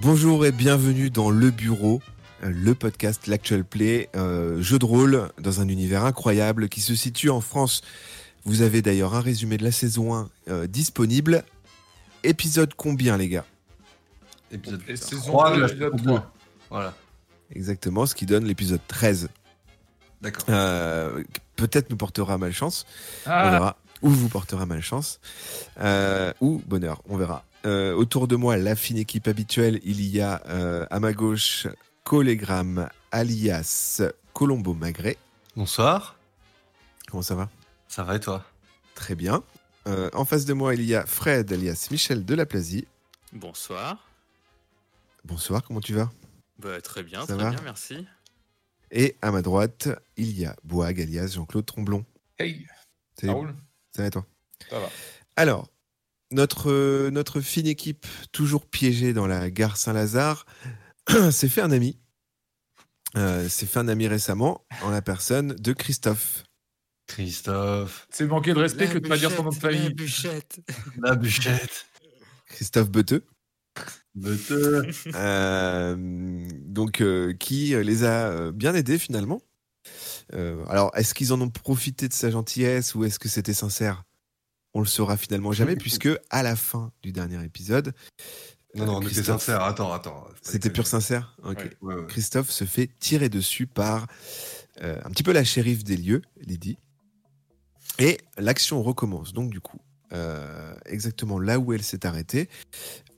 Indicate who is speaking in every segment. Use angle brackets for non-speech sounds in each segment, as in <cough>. Speaker 1: Bonjour et bienvenue dans Le Bureau, le podcast L'Actual Play, euh, jeu de rôle dans un univers incroyable qui se situe en France. Vous avez d'ailleurs un résumé de la saison 1 euh, disponible. Épisode combien, les gars
Speaker 2: Épisode
Speaker 3: Et saison
Speaker 2: trois,
Speaker 3: 2,
Speaker 2: là,
Speaker 3: épisode
Speaker 2: je
Speaker 3: 3.
Speaker 2: comprends. Voilà,
Speaker 1: Exactement, ce qui donne l'épisode 13.
Speaker 2: d'accord.
Speaker 1: Euh, qui Peut-être nous portera malchance. On
Speaker 3: Ah,
Speaker 1: verra. Ou vous portera malchance. Euh, ou bonheur, on verra. Euh, autour de moi, la fine équipe habituelle, il y a euh, à ma gauche Collégramme alias Colombo Magret.
Speaker 2: Bonsoir,
Speaker 1: Comment ça va
Speaker 2: ça va et toi
Speaker 1: Très bien. Euh, en face de moi, il y a Fred alias Michel Delaplasie.
Speaker 4: Bonsoir.
Speaker 1: Bonsoir, comment tu vas
Speaker 4: Bah, très bien,
Speaker 1: Ça
Speaker 4: très
Speaker 1: va
Speaker 4: bien, merci.
Speaker 1: Et à ma droite, il y a Boag alias Jean-Claude Tromblon.
Speaker 3: hey,
Speaker 1: Salut,
Speaker 3: ça roule
Speaker 1: ça va et toi
Speaker 3: Ça va.
Speaker 1: Alors, notre, euh, notre fine équipe, toujours piégée dans la gare Saint-Lazare, <clears throat> s'est fait un ami. Euh, s'est fait un ami récemment en la personne de Christophe.
Speaker 2: Christophe,
Speaker 3: C'est manquer de respect que de pas dire son nom de famille.
Speaker 2: la bûchette,
Speaker 1: Christophe Beteux.
Speaker 2: Beteux.
Speaker 1: Euh, donc, euh, qui les a euh, bien aidés finalement. Euh, alors, est-ce qu'ils en ont profité de sa gentillesse ou est-ce que c'était sincère On le saura finalement jamais, puisque à la fin du dernier épisode,
Speaker 2: <laughs> Non, non, on était
Speaker 1: Christophe.
Speaker 2: sincère, attends, attends.
Speaker 1: c'était pur sincère. Ok.
Speaker 3: Ouais.
Speaker 2: Ouais, ouais.
Speaker 1: Christophe se fait tirer dessus par euh, un petit peu la shérif des lieux, Lydie. Et l'action recommence, donc du coup, euh, exactement là où elle s'est arrêtée.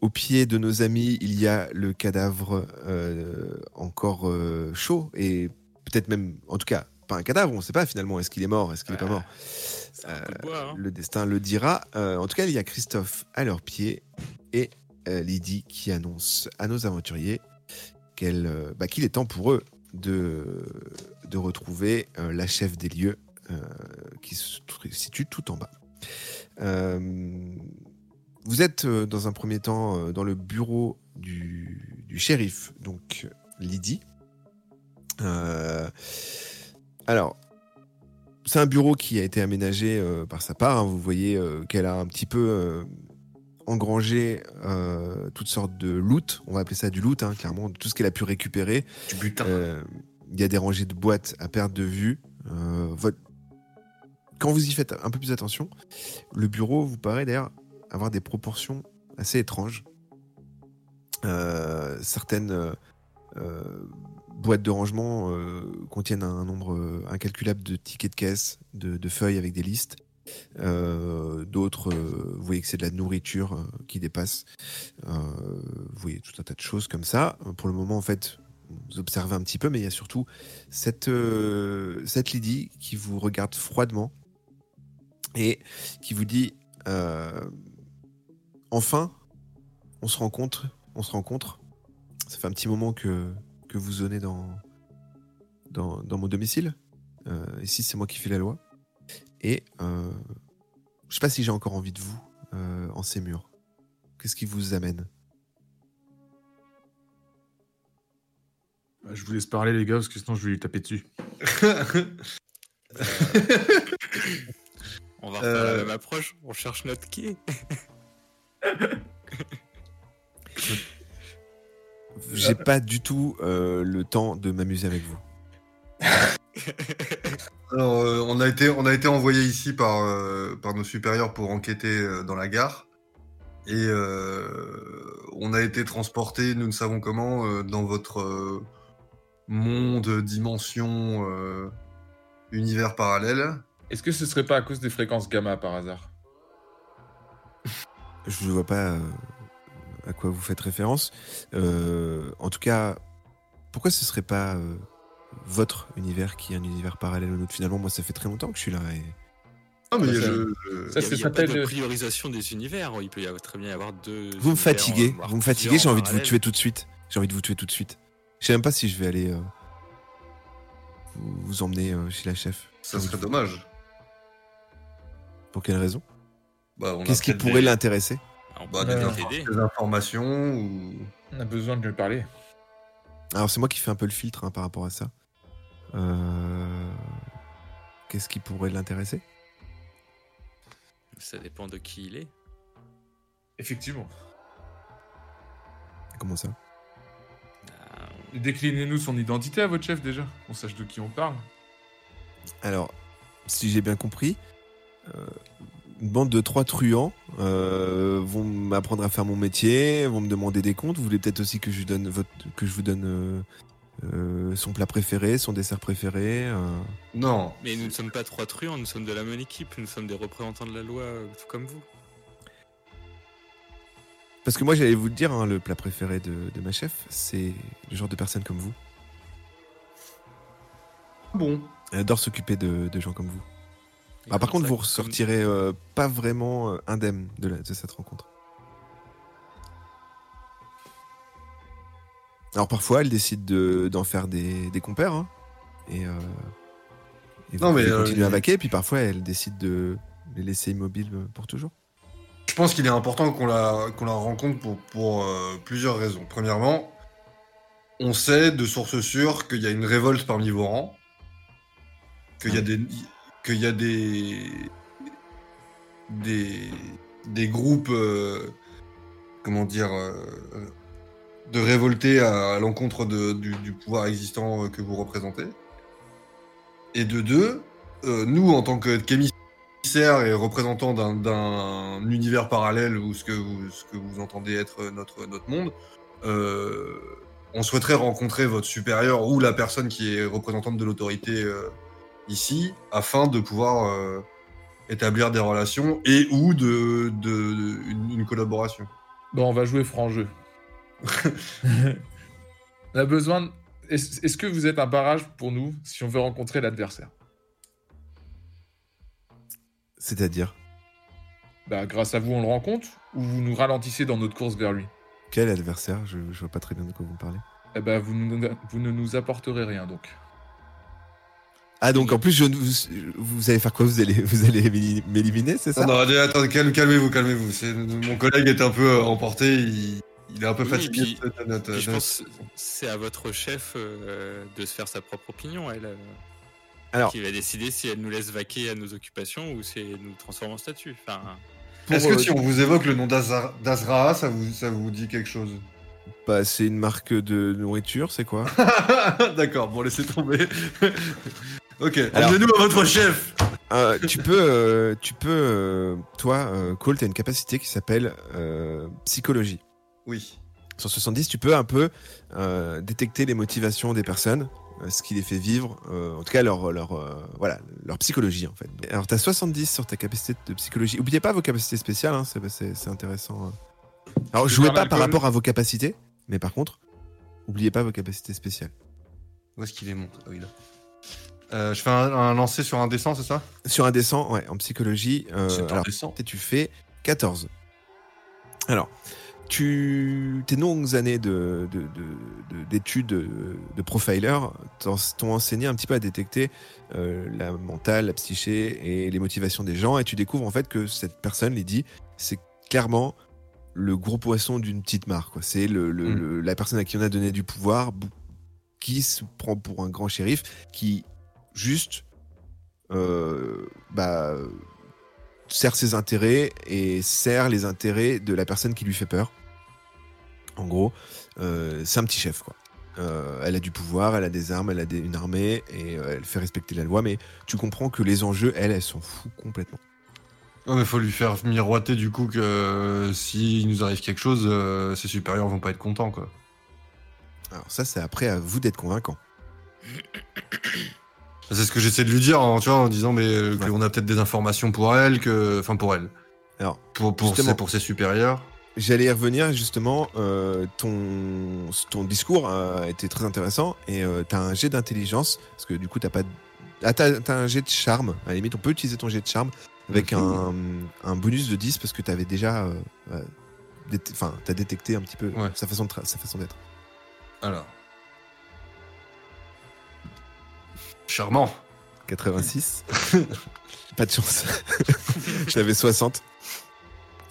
Speaker 1: Au pied de nos amis, il y a le cadavre euh, encore euh, chaud, et peut-être même, en tout cas, pas un cadavre, on ne sait pas finalement, est-ce qu'il est mort, est-ce qu'il n'est pas
Speaker 4: Ouais.
Speaker 1: mort. Euh,
Speaker 4: C'est un peu de bois, hein.
Speaker 1: Le destin le dira. Euh, en tout cas, il y a Christophe à leurs pieds et euh, Lydie qui annonce à nos aventuriers qu'elle, euh, bah, qu'il est temps pour eux de, de retrouver euh, la chef des lieux euh, qui se tr- situe tout en bas. Euh, vous êtes euh, dans un premier temps euh, dans le bureau du, du shérif, donc Lydie. Euh, alors, c'est un bureau qui a été aménagé euh, par sa part. hein. Vous voyez euh, qu'elle a un petit peu euh, engrangé euh, toutes sortes de loot. On va appeler ça du loot, hein, clairement, de tout ce qu'elle a pu récupérer.
Speaker 2: Du butin.
Speaker 1: Euh, Il y a des rangées de boîtes à perte de vue. Euh, votre- Quand vous y faites un peu plus attention, le bureau vous paraît d'ailleurs avoir des proportions assez étranges. Euh, certaines euh, euh, boîtes de rangement euh, contiennent un nombre euh, incalculable de tickets de caisse, de, de feuilles avec des listes. Euh, D'autres, euh, vous voyez que c'est de la nourriture euh, qui dépasse. Euh, vous voyez tout un tas de choses comme ça. Euh, Pour le moment, en fait, vous observez un petit peu, mais il y a surtout cette, euh, cette Lydie qui vous regarde froidement et qui vous dit euh, enfin, on se rencontre, on se rencontre. Ça fait un petit moment que, que vous zonnez dans, dans, dans mon domicile. Euh, ici, c'est moi qui fais la loi. Et euh, je sais pas si j'ai encore envie de vous euh, en ces murs. Qu'est-ce qui vous amène
Speaker 3: Bah, Je vous laisse parler, les gars, parce que sinon je vais lui taper dessus.
Speaker 4: On va refaire
Speaker 2: Euh.
Speaker 4: la même approche, on cherche notre quai.
Speaker 1: J'ai pas du tout euh, le temps de m'amuser avec vous.
Speaker 2: Alors, euh, on a été, on a été envoyé ici par, euh, par nos supérieurs pour enquêter euh, dans la gare. Et euh, on a été transporté, nous ne savons comment, euh, dans votre euh, monde, dimension, euh, univers parallèle.
Speaker 3: Est-ce que ce serait pas à cause des fréquences gamma par hasard
Speaker 1: Je ne vois pas euh, à quoi vous faites référence. Euh, en tout cas, pourquoi ce serait pas euh, votre univers qui est un univers parallèle au nôtre Finalement, moi, ça fait très longtemps que je suis là. Et...
Speaker 2: Ah, mais
Speaker 3: Bah,
Speaker 2: je-
Speaker 3: ça-
Speaker 2: je-
Speaker 3: ça,
Speaker 4: Il y a-
Speaker 3: c'est-
Speaker 4: il y a pas
Speaker 3: s'appelle-
Speaker 4: de priorisation des univers, il peut y avoir, très bien y avoir
Speaker 1: Vous me
Speaker 4: deux. univers, hein,
Speaker 1: fatiguez.
Speaker 4: voire
Speaker 1: Vous me fatiguez.
Speaker 4: plusieurs
Speaker 1: J'ai
Speaker 4: en
Speaker 1: envie de vous
Speaker 4: parallèle.
Speaker 1: tuer tout de suite. J'ai envie de vous tuer tout de suite. Je sais même pas si je vais aller euh, vous, vous emmener euh, chez la chef.
Speaker 2: ça serait dommage.
Speaker 1: Pour quelle raison
Speaker 2: Bah, on a
Speaker 1: Qu'est-ce qui
Speaker 2: peut-être
Speaker 1: pourrait
Speaker 2: des-
Speaker 1: l'intéresser
Speaker 4: On
Speaker 2: bah,
Speaker 4: peut
Speaker 2: des,
Speaker 3: Ouais.
Speaker 4: peut-être
Speaker 2: infor-
Speaker 4: t'aider.
Speaker 2: des informations ou...
Speaker 3: On a besoin de lui parler.
Speaker 1: Alors c'est moi qui fais un peu le filtre hein, par rapport à ça. Euh, Qu'est-ce qui pourrait l'intéresser
Speaker 4: Ça dépend de qui il est.
Speaker 3: Effectivement.
Speaker 1: Comment ça
Speaker 3: Déclinez-nous son identité à votre chef déjà, on sache de qui on parle.
Speaker 1: Alors, si j'ai bien compris, euh, une bande de trois truands euh, vont m'apprendre à faire mon métier, vont me demander des comptes. Vous voulez peut-être aussi que je, lui donne votre, que je vous donne euh, euh, son plat préféré, son dessert préféré. euh.
Speaker 2: Non.
Speaker 4: Mais nous ne sommes pas trois truands, nous sommes de la même équipe, nous sommes des représentants de la loi, euh, tout comme vous.
Speaker 1: Parce que moi, j'allais vous le dire, hein, le plat préféré de, de ma chef, c'est le genre de personne comme vous.
Speaker 2: Bon.
Speaker 1: Elle adore s'occuper de, de gens comme vous.
Speaker 4: Et
Speaker 1: Ah, par
Speaker 4: comme
Speaker 1: contre,
Speaker 4: ça,
Speaker 1: vous
Speaker 4: comme-
Speaker 1: ressortirez euh, pas vraiment euh, indemne de, la- de cette rencontre. Alors parfois, elle décide de- d'en faire des, des compères. hein, et, euh, et vous
Speaker 2: Non, mais,
Speaker 1: pouvez
Speaker 2: euh,
Speaker 1: continuer à
Speaker 2: il-
Speaker 1: vaquer. Puis parfois, elle décide de les laisser immobiles euh, pour toujours.
Speaker 2: Je pense qu'il est important qu'on la, qu'on la rencontre pour, pour euh, plusieurs raisons. Premièrement, on sait de sources sûres qu'il y a une révolte parmi vos rangs, qu'il y a des, qu'il y a des, des, des groupes, euh, comment dire, euh, de révoltés à, à l'encontre de- du, du pouvoir existant euh, que vous représentez. Et de deux, euh, nous, en tant que qu'émissaires, commissaire et représentant d'un- d'un univers parallèle ou ce que vous, ce que vous entendez être notre, notre monde, euh, on souhaiterait rencontrer votre supérieur ou la personne qui est représentante de l'autorité euh, ici afin de pouvoir euh, établir des relations et ou de, de, de- une, une collaboration.
Speaker 3: Bon, on va jouer franc <laughs> jeu. on a besoin. de- Est-ce est-ce que vous êtes un barrage pour nous si on veut rencontrer l'adversaire
Speaker 1: C'est-à-dire,
Speaker 3: Bah, grâce à vous, on le rencontre ou vous nous ralentissez dans notre course vers lui
Speaker 1: quel adversaire je, je vois pas très bien de quoi vous parlez.
Speaker 3: Eh bah, vous, nous- vous ne nous apporterez rien donc.
Speaker 1: Ah donc en plus, je, ne- vous, vous allez faire quoi Vous allez, vous allez m'éli- m'éliminer, c'est ça
Speaker 2: Ah, Non, non, allez, attendez, calme- calmez-vous, calmez-vous. C'est- Mon collègue est un peu euh, emporté, il, il est un peu
Speaker 4: Oui,
Speaker 2: fatigué.
Speaker 4: et puis-
Speaker 2: de notre-
Speaker 4: Puis je
Speaker 2: notre-
Speaker 4: pense que c'est à votre chef euh, de se faire sa propre opinion, elle. euh,
Speaker 1: Alors-
Speaker 4: Qui va décider si elle nous laisse vaquer à nos occupations ou si elle nous transforme en statut. Enfin,
Speaker 1: Pour,
Speaker 2: Est-ce que
Speaker 1: euh,
Speaker 2: si on vous évoque le nom d'Azra- d'Azraa, ça vous, ça vous dit quelque chose
Speaker 1: bah, c'est une marque de nourriture, c'est quoi
Speaker 2: <laughs> D'accord, bon, laissez tomber. <laughs> ok,
Speaker 1: Alors-
Speaker 2: amenez-nous à votre chef
Speaker 1: Euh, tu peux, euh, tu peux, euh, toi, euh, Cole, t'as une capacité qui s'appelle euh, psychologie.
Speaker 2: Oui.
Speaker 1: Sur 70, tu peux un peu euh, détecter les motivations des personnes, euh, ce qui les fait vivre, euh, en tout cas leur, leur, euh, voilà, leur psychologie en fait. Donc, Alors t'as 70 sur ta capacité de psychologie. Oubliez pas vos capacités spéciales, hein, c'est, c'est- c'est intéressant. hein. Alors
Speaker 3: Je
Speaker 1: jouez
Speaker 3: bois
Speaker 1: pas par
Speaker 3: l'alcool.
Speaker 1: rapport à vos capacités, mais par contre, oubliez pas vos capacités spéciales.
Speaker 2: Où est-ce qu'il est mon Ah oui, là. Euh, je fais un, un lancer sur un dessin, c'est ça
Speaker 1: Sur un dessin, ouais, en psychologie, euh, alors,
Speaker 2: dessin.
Speaker 1: et tu fais 14. Alors, tu, tes longues années de- de- de- de- d'études de, de profiler t'en- t'ont enseigné un petit peu à détecter euh, la mentale, la psyché et les motivations des gens. Et tu découvres en fait que cette personne, Lydie, c'est clairement le gros poisson d'une petite mare. quoi. C'est le- le-
Speaker 2: Mm.
Speaker 1: le- la personne à qui on a donné du pouvoir, bou- qui se prend pour un grand shérif, qui juste euh, bah, sert ses intérêts et sert les intérêts de la personne qui lui fait peur. En gros, euh, c'est un petit chef, quoi. Euh, elle a du pouvoir, elle a des armes, elle a des- une armée et euh, elle fait respecter la loi, mais tu comprends que les enjeux, elle, elle s'en fout complètement.
Speaker 2: Non, mais faut lui faire miroiter du coup que euh, s'il nous arrive quelque chose, euh, ses supérieurs vont pas être contents, quoi.
Speaker 1: Alors, ça, c'est après à vous d'être convaincant.
Speaker 2: C'est ce que j'essaie de lui dire, en, tu vois, en disant mais euh,
Speaker 1: Ouais.
Speaker 2: qu'on a peut-être des informations pour elle, que, enfin pour elle.
Speaker 1: Alors,
Speaker 2: pour pour
Speaker 1: justement.
Speaker 2: ses, pour ses supérieurs.
Speaker 1: J'allais y revenir, justement, euh, ton, ton discours euh, a été très intéressant et euh, t'as un jet d'intelligence, parce que du coup, t'as pas. de- Ah, t'as t'as un jet de charme, à la limite, on peut utiliser ton jet de charme avec un, un bonus de 10 parce que t'avais déjà. euh, euh, déte- Enfin, t'as détecté un petit peu
Speaker 2: Ouais.
Speaker 1: sa façon de tra- sa façon d'être.
Speaker 2: Alors. Charmant.
Speaker 1: 86. <laughs> pas de chance. <laughs> J'avais 60.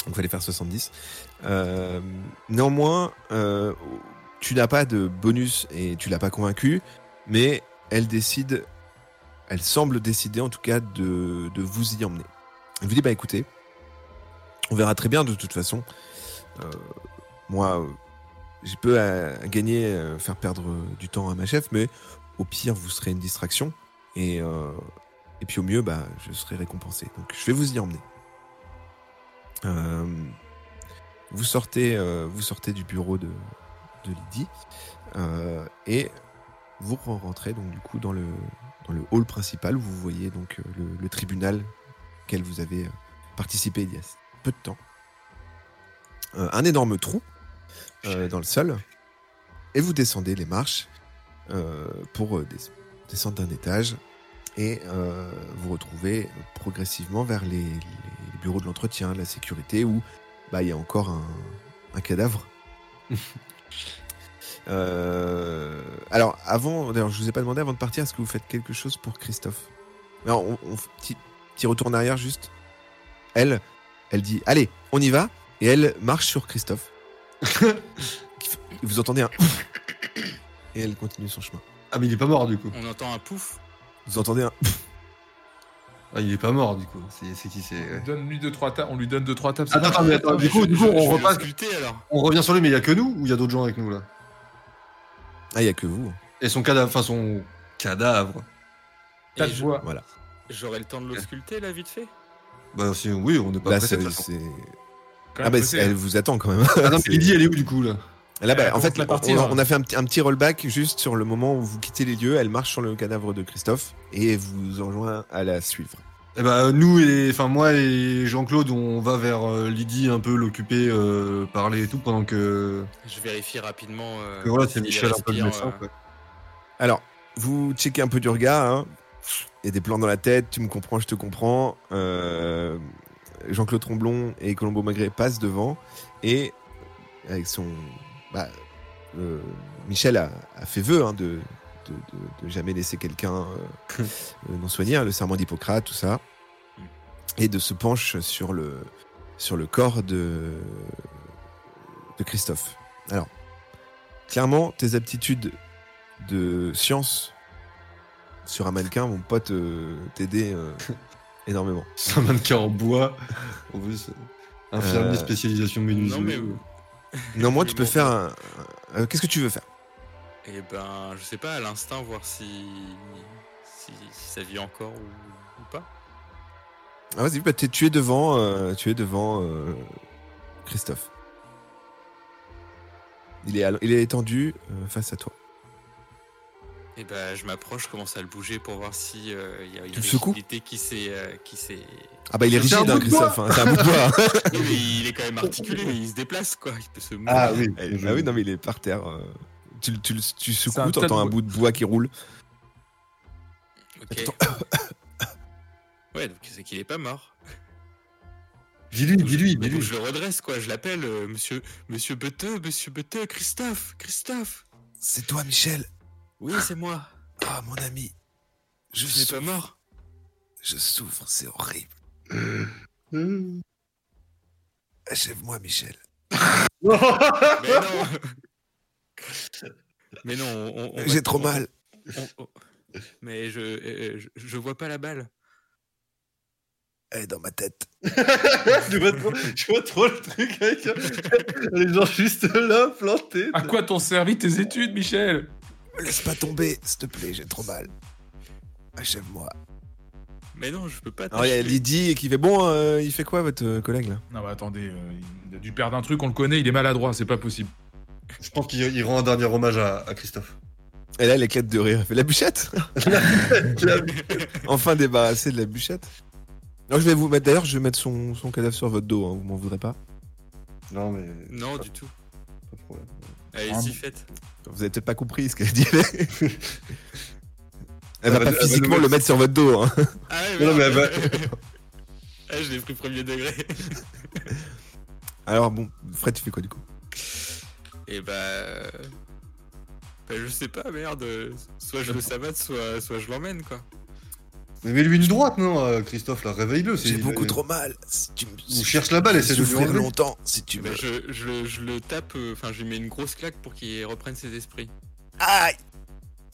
Speaker 1: Donc fallait faire 70. Euh, néanmoins, euh, tu n'as pas de bonus et tu l'as pas convaincu, mais elle décide, elle semble décider en tout cas de, de vous y emmener. Elle vous dit bah écoutez, on verra très bien de toute façon. Euh, moi, euh, j'ai peu à gagner, euh, faire perdre euh, du temps à ma chef, mais au pire, vous serez une distraction. Et, euh, et puis au mieux, bah, je serai récompensé. Donc je vais vous y emmener. Euh, vous, sortez, euh, vous sortez du bureau de, de Lydie euh, et vous re- rentrez donc du coup dans le, dans le hall principal où vous voyez donc euh, le, le tribunal auquel vous avez euh, participé il y a peu de temps. Euh, un énorme trou euh, dans le sol et vous descendez les marches euh, pour euh, des- descendre d'un étage et euh, vous retrouvez progressivement vers les, les bureaux de l'entretien, la sécurité où bah, il y a encore un, un cadavre. Euh, alors avant, d'ailleurs je vous ai pas demandé avant de partir, est-ce que vous faites quelque chose pour Christophe Alors on, on fait petit, petit retour en arrière juste. Elle, elle dit allez, on y va et elle marche sur Christophe. Qui fait- vous entendez un et elle continue son chemin.
Speaker 2: Ah, mais il est pas mort du coup.
Speaker 4: On entend un pouf.
Speaker 1: Vous entendez un
Speaker 2: Ah, il est pas mort du coup. C'est c'est qui c'est ouais.
Speaker 3: Donne lui deux, trois tapes. On lui donne deux, trois tapes.
Speaker 2: Attends, attends, mais attends, du coup, du coup, on repasse.
Speaker 4: Discuter alors.
Speaker 2: On revient sur lui, mais il y a que nous ou il y a d'autres gens avec nous là
Speaker 1: ah il y a que vous.
Speaker 2: Et son cadavre, enfin son cadavre.
Speaker 3: T'as
Speaker 4: Et
Speaker 2: Ah,
Speaker 3: de
Speaker 4: je-
Speaker 3: voix.
Speaker 1: Voilà.
Speaker 4: J'aurais le temps de l'ausculter là, vite fait.
Speaker 2: Bah si, oui, on n'est pas
Speaker 1: Là
Speaker 2: pressé
Speaker 1: c'est
Speaker 2: de toute façon.
Speaker 1: c'est-
Speaker 3: Quand
Speaker 1: ah
Speaker 3: même,
Speaker 1: bah
Speaker 3: je sais.
Speaker 1: elle vous attend quand même.
Speaker 2: Ah non, mais
Speaker 1: c'est-
Speaker 2: Lydie, elle est où du coup là
Speaker 1: Là, bah,
Speaker 3: Elle
Speaker 1: en fait,
Speaker 3: commence la
Speaker 1: on-
Speaker 3: partie,
Speaker 1: on,
Speaker 3: hein.
Speaker 1: on a fait un, petit- un petit rollback juste sur le moment où vous quittez les lieux. Elle marche sur le cadavre de Christophe et vous enjoint à la suivre.
Speaker 2: Eh ben, nous et enfin moi et Jean-Claude, on va vers euh, Lydie un peu l'occuper, euh, parler et tout pendant que,
Speaker 4: Je vérifie rapidement. euh,
Speaker 2: que voilà c'est
Speaker 4: s'il
Speaker 2: Michel un peu le
Speaker 4: respire,
Speaker 2: médecin.
Speaker 4: euh,
Speaker 2: quoi. <laughs>
Speaker 1: Alors, vous checkez un peu du regard. hein. Il y a des plans dans la tête. Tu me comprends, je te comprends. Euh, Jean-Claude Tromblon et Colombo Magret passent devant et avec son. bah, euh, Michel a, a fait vœu hein, de, de, de- de jamais laisser quelqu'un euh, euh, non soigné, hein, le serment d'Hippocrate, tout ça, et de se penche sur le sur le corps de de Christophe. Alors, clairement, tes aptitudes de science sur un mannequin vont pas te- t'aider euh, énormément.
Speaker 2: C'est un mannequin en bois. En plus, euh, infirmier
Speaker 1: Euh,
Speaker 2: spécialisation
Speaker 4: Non mais.
Speaker 2: menuiserie.
Speaker 1: Néanmoins,
Speaker 4: Oui,
Speaker 1: tu peux
Speaker 4: bon.
Speaker 1: faire un. un- euh, Qu'est-ce que tu veux faire
Speaker 4: Eh ben, je sais pas, à l'instinct, voir si... si. si ça vit encore ou, ou pas.
Speaker 1: ah, Vas-y, bah, t'es- tu es devant, euh, tu es devant euh, Christophe. Il est, à l- il est étendu euh, face à toi.
Speaker 4: Eh ben, je m'approche, commence à le bouger pour voir si euh, il y a une
Speaker 1: Tu le secoues
Speaker 4: rigidité qui s'est. euh, qui s'est. <laughs>
Speaker 1: Ah bah il est
Speaker 2: C'est un
Speaker 1: rigide, hein,
Speaker 2: bout de bois
Speaker 1: Christophe. hein, c'est un bout de bois. hein.
Speaker 4: Oui, mais il est quand même articulé, il se déplace quoi, il peut se mouvoir.
Speaker 2: Ah oui.
Speaker 1: Ah oui, non mais il est par terre. euh. Tu, le- tu le- tu le
Speaker 3: C'est un
Speaker 1: secoues,
Speaker 3: tas de
Speaker 1: t'entends un
Speaker 3: bois.
Speaker 1: bout de bois qui roule.
Speaker 4: Ok. <coughs> ouais, donc c'est qu'il est pas mort.
Speaker 2: Dis-lui,
Speaker 4: Donc,
Speaker 2: dis-lui,
Speaker 4: donc,
Speaker 2: dis-lui.
Speaker 4: Je le redresse quoi, je l'appelle euh, monsieur monsieur Beteux, monsieur Beteux, Christophe, Christophe.
Speaker 1: C'est toi, Michel.
Speaker 4: Oui, c'est moi.
Speaker 1: Ah mon ami.
Speaker 4: Je suis pas mort.
Speaker 1: Je souffre, c'est horrible.
Speaker 2: Mm.
Speaker 1: Mm. Achève-moi, Michel.
Speaker 4: Mais non. Mais non, on, on- on va-
Speaker 1: J'ai trop
Speaker 4: on-
Speaker 1: mal.
Speaker 4: on- on- Mais je, euh, je je vois pas la balle.
Speaker 1: Elle est Eh, dans ma tête.
Speaker 2: je, vois trop, je vois trop le truc avec les gens juste là plantés.
Speaker 3: À quoi t'ont servi tes études, Michel
Speaker 1: Laisse pas tomber, s'il te plaît, j'ai trop mal. Achève-moi.
Speaker 4: Mais non, je peux pas.
Speaker 1: Alors, Ah, il y a
Speaker 4: t'achever.
Speaker 1: Lydie qui fait Bon, euh, il fait quoi, votre euh, collègue, là
Speaker 3: Non, mais attendez, euh, il a dû perdre un truc, on le connaît, il est maladroit, c'est pas
Speaker 2: <laughs>
Speaker 3: possible.
Speaker 2: Je pense qu'il il rend un dernier hommage à, à Christophe.
Speaker 1: Et là, elle éclate de rire. Elle fait La bûchette <laughs> Enfin débarrassé de la bûchette. Non, je vais vous mettre, d'ailleurs, je vais mettre son, son cadavre sur votre dos, hein, vous m'en voudrez pas.
Speaker 2: Non mais
Speaker 4: Non, du tout.
Speaker 2: pas de problème. Ah.
Speaker 4: Allez-y, faites.
Speaker 1: Vous avez peut-être pas compris ce qu'elle dit. <laughs> elle va pas
Speaker 2: va- elle va nous
Speaker 1: physiquement
Speaker 2: mettre-
Speaker 1: le mettre sur votre dos. hein.
Speaker 4: Ah, ouais, <laughs>
Speaker 2: Non,
Speaker 4: merde.
Speaker 2: mais bah-
Speaker 4: ah, je l'ai pris premier degré. <laughs>
Speaker 1: Alors, bon, Fred, tu fais quoi du coup
Speaker 4: Et bah. euh, bah, je sais pas, merde. euh, Soit je le savate, soit, soit je l'emmène, quoi.
Speaker 2: Mais lui une droite, non, euh, Christophe, là, réveille-le. c'est-
Speaker 1: mal. Si tu me
Speaker 2: Ou cherche la balle, essaie de lui enlever.
Speaker 1: longtemps, si tu
Speaker 4: Bah, je, je le- je le tape, euh, enfin, je lui mets une grosse claque pour qu'il reprenne ses
Speaker 1: <laughs>
Speaker 4: esprits.
Speaker 1: Aïe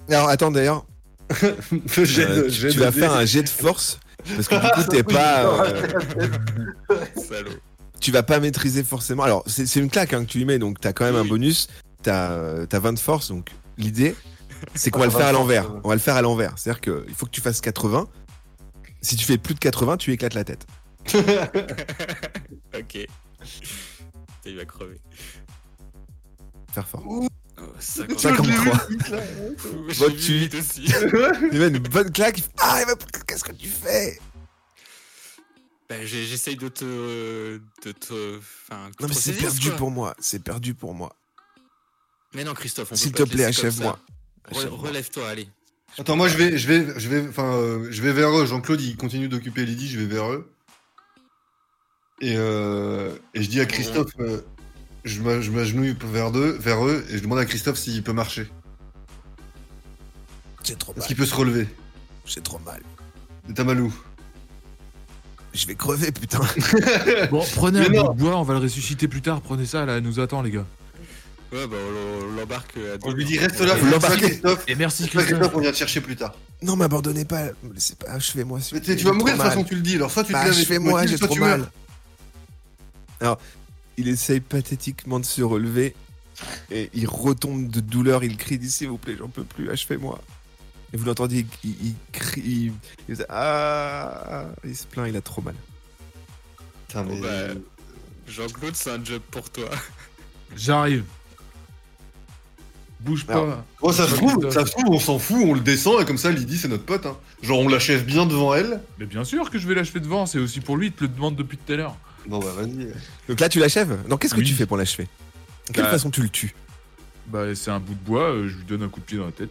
Speaker 1: Alors attends d'ailleurs,
Speaker 2: <laughs> Le jet
Speaker 1: euh,
Speaker 2: de-
Speaker 1: tu-
Speaker 2: jet
Speaker 1: tu
Speaker 2: de
Speaker 1: vas
Speaker 2: dé.
Speaker 1: faire un jet de force parce que du coup
Speaker 2: <laughs>
Speaker 1: t'es pas, euh,
Speaker 4: Salaud.
Speaker 1: tu vas pas maîtriser forcément. Alors c'est c'est une claque hein, que tu lui mets donc t'as quand même un
Speaker 4: Oui.
Speaker 1: bonus, T'as euh, t'as 20 de force, donc l'idée, c'est qu'on va le faire à l'envers. On va le faire à l'envers. C'est-à-dire qu'il faut que tu fasses 80. Si tu fais plus de 80, tu éclates la tête.
Speaker 4: Ok. <laughs> Putain, Il va crever.
Speaker 1: Faire fort.
Speaker 4: Oh, 50.
Speaker 1: 53.
Speaker 4: J'ai
Speaker 1: Bon,
Speaker 4: vu
Speaker 1: tu-
Speaker 4: vite
Speaker 1: <laughs>
Speaker 4: aussi.
Speaker 1: Il met une bonne claque. il fait, Ah, il va- qu'est-ce que tu fais
Speaker 4: Bah, j'ai- J'essaye de te. euh, de te. Enfin,
Speaker 1: Non, mais c'est
Speaker 4: contresaisir,
Speaker 1: perdu
Speaker 4: quoi.
Speaker 1: pour moi. C'est perdu pour moi.
Speaker 4: Mais non, Christophe, on peut
Speaker 1: S'il
Speaker 4: pas
Speaker 1: te
Speaker 4: te
Speaker 1: plaît,
Speaker 4: laisser comme ça.
Speaker 1: achève-moi.
Speaker 4: Re- Relève-toi, allez.
Speaker 2: <laughs> Attends, moi je vais, je vais, je vais, enfin, euh, je vais vers eux. Jean-Claude, il continue d'occuper Lydie, je vais vers eux. Et, euh, et je dis à Christophe, euh, je m'a- je m'agenouille vers, deux- vers eux et je demande à Christophe s'il peut marcher.
Speaker 1: C'est trop
Speaker 2: Est-ce
Speaker 1: mal.
Speaker 2: qu'il peut se relever
Speaker 1: C'est trop mal.
Speaker 2: Et Tamalou.
Speaker 1: Je vais crever, putain. <laughs>
Speaker 3: Bon, prenez
Speaker 2: Mais
Speaker 3: un
Speaker 2: non.
Speaker 3: bout de bois, on va le ressusciter plus tard. Prenez ça, là, elle nous attend, les gars.
Speaker 4: Ouais, bah, on l'em- on l'embarque à deux.
Speaker 2: On lui dit
Speaker 4: hein.
Speaker 2: reste là,
Speaker 1: Vous
Speaker 2: fais pas ça,
Speaker 1: l'embarquez.
Speaker 2: Christophe.
Speaker 3: Et merci,
Speaker 2: Fais pas ça, Christophe,
Speaker 3: Christophe.
Speaker 2: on vient te chercher plus tard.
Speaker 1: Non, m'abandonnez pas. Me laissez pas. Achevez-moi. s'il
Speaker 2: Mais
Speaker 1: vous
Speaker 2: t'es-
Speaker 1: plaît,
Speaker 2: tu vas
Speaker 1: j'ai
Speaker 2: mourir de
Speaker 1: trop
Speaker 2: toute façon,
Speaker 1: mal.
Speaker 2: tu le dis. Alors soit tu te
Speaker 1: Bah,
Speaker 2: lèves et tu
Speaker 1: achevez-moi,
Speaker 2: motives,
Speaker 1: j'ai
Speaker 2: soit
Speaker 1: trop
Speaker 2: tu meurs.
Speaker 1: mal. Alors, il essaye pathétiquement de se relever et il retombe de douleur. Il crie S'il vous plaît, j'en peux plus, achevez-moi. Et vous l'entendez, il, il- il crie. Il, il fait, ah, il se plaint, il a trop mal.
Speaker 2: Putain, mais-
Speaker 4: Bon, bah, <laughs> Jean-Claude, c'est un job pour toi.
Speaker 3: J'arrive. Bouge pas.
Speaker 1: Alors,
Speaker 2: Oh, ça se trouve,
Speaker 3: Christophe.
Speaker 2: ça se trouve, on s'en fout, on le descend et comme ça, Lydie, c'est notre pote. hein. Genre, on l'achève bien devant elle.
Speaker 3: Mais bien sûr que je vais l'achever devant, c'est aussi pour lui, il te le demande depuis tout à l'heure.
Speaker 2: Bon, bah, vas-y.
Speaker 1: Donc là, tu l'achèves Non, qu'est-ce que
Speaker 3: Oui.
Speaker 1: tu fais pour l'achever De quelle
Speaker 3: Bah-
Speaker 1: façon tu le tues
Speaker 3: Bah, c'est un bout de bois, euh, je lui donne un coup de pied dans la tête.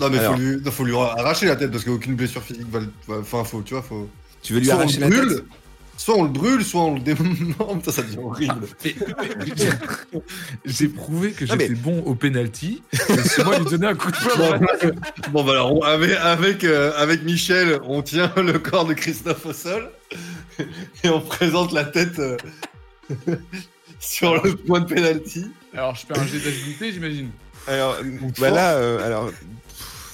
Speaker 2: Non, mais
Speaker 1: Alors.
Speaker 2: faut lui, non, faut lui arracher la tête parce qu'aucune blessure physique va le. va- Enfin, faut, tu vois, faut.
Speaker 1: Tu veux lui
Speaker 2: soit on
Speaker 1: arracher
Speaker 2: le
Speaker 1: la
Speaker 2: brûle,
Speaker 1: tête
Speaker 2: soit on le brûle, soit on le démonte. <laughs> ça, ça devient horrible.
Speaker 3: <laughs> J'ai prouvé que
Speaker 1: Non, mais-
Speaker 3: j'étais bon au penalty. Laissez-moi lui donner un coup de poing dans la tête.
Speaker 2: bon, bah, alors, on- avec, avec, euh, avec Michel, on tient le corps de Christophe au sol <laughs> et on présente la tête euh, <laughs> sur le point de pénalty.
Speaker 3: Alors, je fais un jet d'agilité, j'imagine.
Speaker 1: Alors, bah là, euh, alors. pff,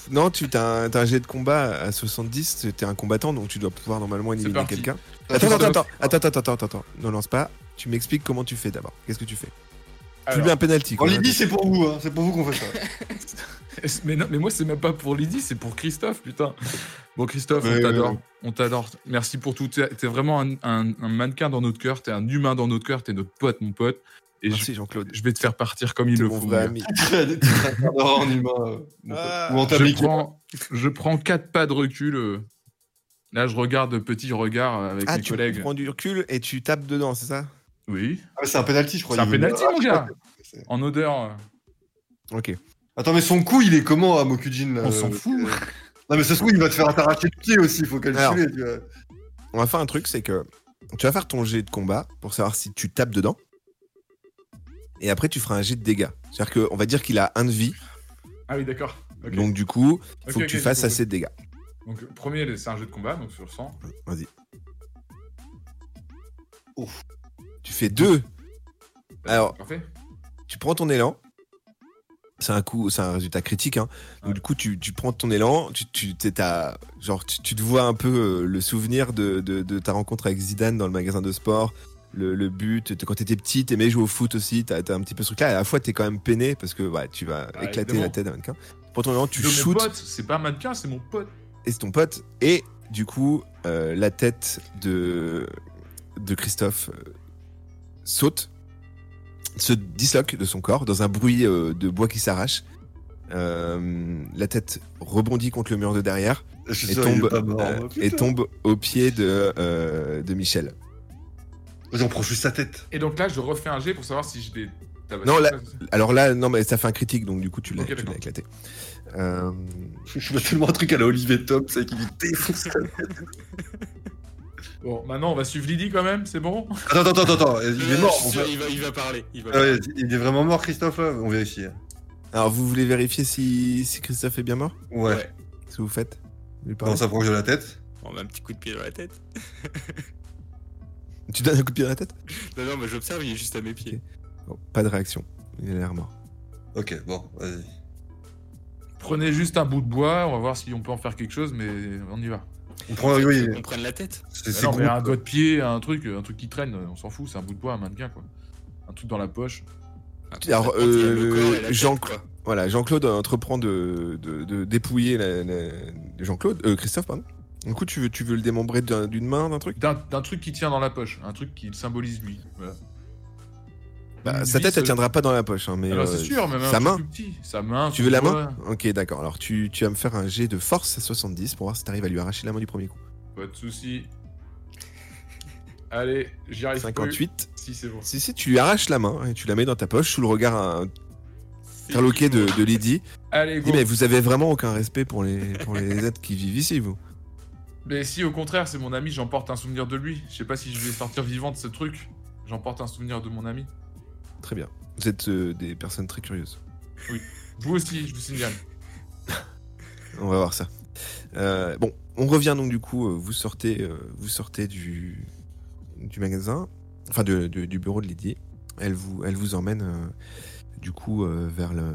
Speaker 1: Non, tu t'as un, t'as un jet de combat à 70, t'es un combattant, donc tu dois pouvoir normalement éliminer
Speaker 3: parti. Ah,
Speaker 1: quelqu'un. Attends, attends, attends, attends, attends, attends, attends, attends, ne lance pas. Tu m'expliques comment tu fais d'abord. Qu'est-ce que tu fais Tu lui mets un penalty.
Speaker 2: Bon,
Speaker 1: quoi.
Speaker 2: Lydie, c'est pour vous, hein, c'est pour vous qu'on fait ça.
Speaker 3: Mais non, mais moi, c'est même pas pour Lydie, c'est pour Christophe, putain. Bon, Christophe,
Speaker 2: Mais-
Speaker 3: on t'adore. On t'adore. Merci pour tout. T'es t'es vraiment un, un- un mannequin dans notre cœur, t'es un humain dans notre cœur, t'es notre pote, mon pote. Et
Speaker 1: Ah, Merci Jean-Claude.
Speaker 3: je, je vais te faire partir comme il
Speaker 1: T'es
Speaker 3: le
Speaker 1: mon
Speaker 3: faut.
Speaker 1: vrai
Speaker 3: mon
Speaker 1: ami.
Speaker 3: gars.
Speaker 2: Tu as des petits traqueurs d'horreur en humain. euh, mon pote.
Speaker 1: Ah.
Speaker 2: Ou en
Speaker 3: Je
Speaker 2: tablier.
Speaker 3: prends, je prends quatre pas de recul. euh. Là, je regarde de petits regards euh, avec
Speaker 1: Ah,
Speaker 3: mes
Speaker 1: tu
Speaker 3: collègues.
Speaker 1: prends du recul et tu tapes dedans, c'est ça
Speaker 3: Oui.
Speaker 2: Ah, c'est un pénalty, je crois.
Speaker 3: C'est un
Speaker 2: il veut-
Speaker 3: pénalty, mon gars.
Speaker 2: c'est-
Speaker 3: En odeur. euh.
Speaker 1: Ok.
Speaker 2: Attends, mais son cou, il est comment à Mokujin là
Speaker 3: On s'en
Speaker 2: euh,
Speaker 3: fout.
Speaker 2: euh, Non, mais ça se trouve, il va te faire t'arracher le pied aussi, faut
Speaker 1: Alors.
Speaker 2: calculer. tu vois.
Speaker 1: On va faire un truc, c'est que tu vas faire ton jet de combat pour savoir si tu tapes dedans. Et après, tu feras un jet de dégâts. C'est-à-dire qu'on va dire qu'il a un de vie,
Speaker 3: Ah oui, d'accord. Ok.
Speaker 1: donc du coup,
Speaker 3: Ok,
Speaker 1: faut que
Speaker 3: ok,
Speaker 1: tu
Speaker 3: j'ai
Speaker 1: fasses
Speaker 3: compris.
Speaker 1: assez de dégâts.
Speaker 3: Donc, premier, c'est un jeu de combat, donc sur 100.
Speaker 1: Vas-y.
Speaker 2: Ouf.
Speaker 1: Tu fais deux. Alors,
Speaker 3: Bah, Parfait.
Speaker 1: tu prends ton élan. C'est un coup, c'est un résultat critique. hein. Donc,
Speaker 3: Ouais.
Speaker 1: Du coup, tu, tu prends ton élan, tu, tu, t'es ta- genre, tu, tu te vois un peu euh, le souvenir de, de- de ta rencontre avec Zidane dans le magasin de sport, le, le but. t- Quand t'étais petit, t'aimais jouer au foot aussi, t'as as un petit peu ce truc-là. Et à la fois, t'es quand même peiné parce que bah, tu vas
Speaker 3: Ah,
Speaker 1: éclater
Speaker 3: évidemment.
Speaker 1: la tête à mannequin. Tu prends ton élan, tu
Speaker 3: De mon
Speaker 1: shootes
Speaker 3: pote, c'est pas un mannequin, c'est mon pote.
Speaker 1: et c'est ton pote. Et du coup, euh, la tête de, de Christophe euh, saute, se disloque de son corps dans un bruit euh, de bois qui s'arrache. Euh, la tête rebondit contre le mur de derrière
Speaker 2: Je suis
Speaker 1: et
Speaker 2: sûr, il est
Speaker 1: tombe,
Speaker 2: pas mort.
Speaker 1: euh,
Speaker 2: Oh, putain.
Speaker 1: et tombe au pied de, euh, de Michel.
Speaker 2: Vas-y, on prend juste sa tête.
Speaker 3: Et donc là, je refais un jet pour savoir si je l'ai tabassé.
Speaker 1: Non,
Speaker 3: ou
Speaker 1: là-
Speaker 3: pas, c'est ça
Speaker 1: Alors là, non, mais ça fait un critique, donc du coup, tu l'as
Speaker 3: Ok,
Speaker 1: tu l'as
Speaker 3: d'accord.
Speaker 1: éclaté. Euh,
Speaker 2: Je fais tellement un truc à la Olivier Tom, c'est qu'il lui défonce.
Speaker 3: Bon, maintenant, on va suivre Lydie quand même, c'est bon <laughs>
Speaker 2: Attends, attends, attends, attends, <laughs> il
Speaker 4: Euh,
Speaker 2: est
Speaker 4: je
Speaker 2: mort.
Speaker 4: suis
Speaker 2: on
Speaker 4: sûr,
Speaker 2: va-
Speaker 4: il, va, il va parler. Il va
Speaker 2: Ah
Speaker 4: parler.
Speaker 2: ouais, il est vraiment mort, Christophe, là On vérifie. hein.
Speaker 1: alors, vous voulez vérifier si, si Christophe est bien mort
Speaker 2: Ouais.
Speaker 4: Ouais.
Speaker 1: Ce que vous faites Lui parler
Speaker 2: On s'approche de la tête.
Speaker 4: On met un petit coup de pied dans la tête.
Speaker 1: Tu donnes un coup de pied dans la tête
Speaker 4: Non, non, mais j'observe, il est juste à mes pieds.
Speaker 1: Bon, Pas de réaction. Il a l'air mort.
Speaker 2: Ok, bon, vas-y.
Speaker 3: Prenez juste un bout de bois, on va voir si on peut en faire quelque chose, mais on y va.
Speaker 2: On prend. Oui,
Speaker 4: On prenne la tête.
Speaker 2: c'est
Speaker 3: Mais
Speaker 2: c'est
Speaker 3: non, mais
Speaker 2: gros.
Speaker 3: un doigt de pied, un truc, un truc qui traîne, on s'en fout, c'est un bout de bois, un mannequin, quoi. Un un truc dans la poche.
Speaker 1: Alors,
Speaker 4: Par contre, il y a le
Speaker 1: euh,
Speaker 4: corps et la tête,
Speaker 1: Jean-
Speaker 4: quoi.
Speaker 1: Voilà, Jean-Claude entreprend de, de, de dépouiller la- la- Jean-Claude, euh, Christophe, pardon. Du coup, tu veux, tu veux le démembrer d'un- d'une main, d'un truc
Speaker 3: D'un d'un truc qui tient dans la poche, un truc qui le symbolise lui. Voilà. euh,
Speaker 1: bah,
Speaker 3: Lui,
Speaker 1: Sa
Speaker 3: lui,
Speaker 1: tête,
Speaker 3: ce-
Speaker 1: elle tiendra pas dans la poche. hein, mais
Speaker 3: Alors,
Speaker 1: euh,
Speaker 3: Ah c'est sûr, même
Speaker 1: sa
Speaker 3: un
Speaker 1: main.
Speaker 3: truc plus petit. Sa main.
Speaker 1: Tu
Speaker 3: son
Speaker 1: veux la
Speaker 3: doigt.
Speaker 1: main Ok, d'accord. Alors, tu, tu vas me faire un jet de force à 70 pour voir si t'arrives à lui arracher la main du premier coup.
Speaker 3: Pas de soucis. Allez, j'y arrive. plus.
Speaker 1: 58.
Speaker 3: Si, c'est bon.
Speaker 1: Si, si, tu lui arraches la main et tu la mets dans ta poche sous le regard hein, interloqué de, de Lydie.
Speaker 3: Allez,
Speaker 1: Elle
Speaker 3: go.
Speaker 1: dit, mais vous avez vraiment aucun respect pour les, pour les êtres qui vivent ici, vous.
Speaker 3: Mais si, au contraire, c'est mon ami, j'emporte un souvenir de lui. Je sais pas si je vais sortir vivant de ce truc. J'emporte un souvenir de mon ami.
Speaker 1: Très bien. Vous êtes euh, des personnes très curieuses.
Speaker 3: Vous aussi, je vous signale.
Speaker 1: On va voir ça. Euh, bon, on revient donc du coup. euh, Vous sortez, euh, vous sortez du, du magasin, enfin de- de- du bureau de Lydie. Elle vous, elle vous emmène euh, du coup euh, vers le,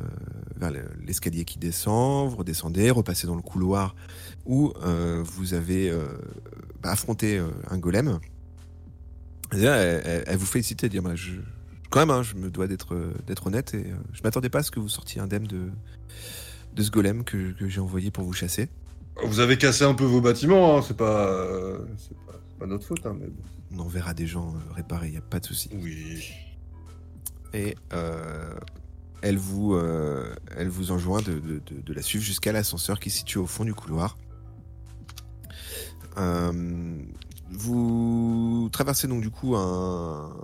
Speaker 1: vers le- l'escalier qui descend. Vous redescendez, repassez dans le couloir où euh, vous avez euh, bah, affronté euh, un golem. Et là, Elle, elle- elle vous félicite et dit Bah, je, quand même, hein, je me dois d'être, euh, d'être honnête et euh, je m'attendais pas à ce que vous sortiez indemne de, de ce golem que, que j'ai envoyé pour vous chasser.
Speaker 2: Vous avez cassé un peu vos bâtiments, hein, c'est pas, euh, c'est pas, c'est pas notre faute, hein, mais bon.
Speaker 1: On enverra des gens euh, réparer, il n'y a pas de souci.
Speaker 2: Oui.
Speaker 1: Et euh, elle, vous, euh, elle vous enjoint de, de- de- de la suivre jusqu'à l'ascenseur qui se situe au fond du couloir. Euh, vous traversez donc du coup un,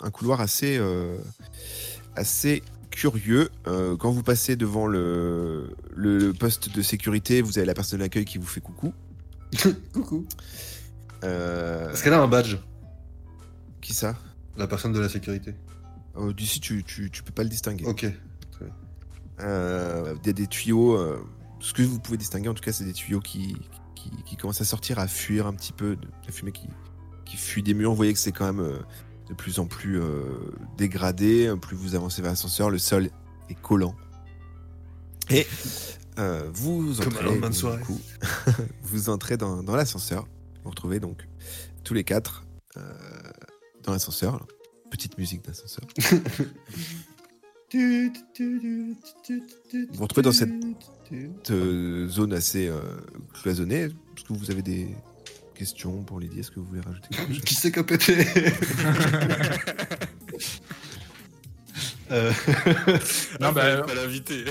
Speaker 1: un couloir assez, euh, assez curieux. Euh, quand vous passez devant le, le- le poste de sécurité, vous avez la personne d'accueil qui vous fait coucou.
Speaker 2: Coucou.
Speaker 1: Euh,
Speaker 2: Est-ce qu'elle a un badge,
Speaker 1: qui ça
Speaker 2: la personne de la sécurité
Speaker 1: Euh, D'ici, tu, tu, tu peux pas le distinguer.
Speaker 2: Ok.
Speaker 1: Euh, des, des tuyaux. euh, ce que vous pouvez distinguer, en tout cas, c'est des tuyaux qui, qui, qui commencent à sortir, à fuir un petit peu, de la fumée qui, qui fuit des murs. Vous voyez que c'est quand même euh, de plus en plus euh, dégradé. Plus vous avancez vers l'ascenseur, le sol est collant. Et euh, vous
Speaker 2: Comme un
Speaker 1: entrez,
Speaker 2: lendemain de
Speaker 1: du
Speaker 2: soirée.
Speaker 1: coup, <laughs> vous entrez dans, dans l'ascenseur. Vous vous retrouvez donc tous les quatre euh, dans l'ascenseur. Petite musique d'ascenseur.
Speaker 2: Vous vous
Speaker 1: retrouvez dans cette- cette, euh, zone assez euh, cloisonnée. Est-ce que vous avez des questions pour Lydie Est-ce que vous voulez rajouter quelque chose
Speaker 2: Qui c'est qui a pété Euh,
Speaker 3: Non,
Speaker 4: Non,
Speaker 3: bah,
Speaker 4: bah,
Speaker 3: alors-
Speaker 4: pas l'inviter.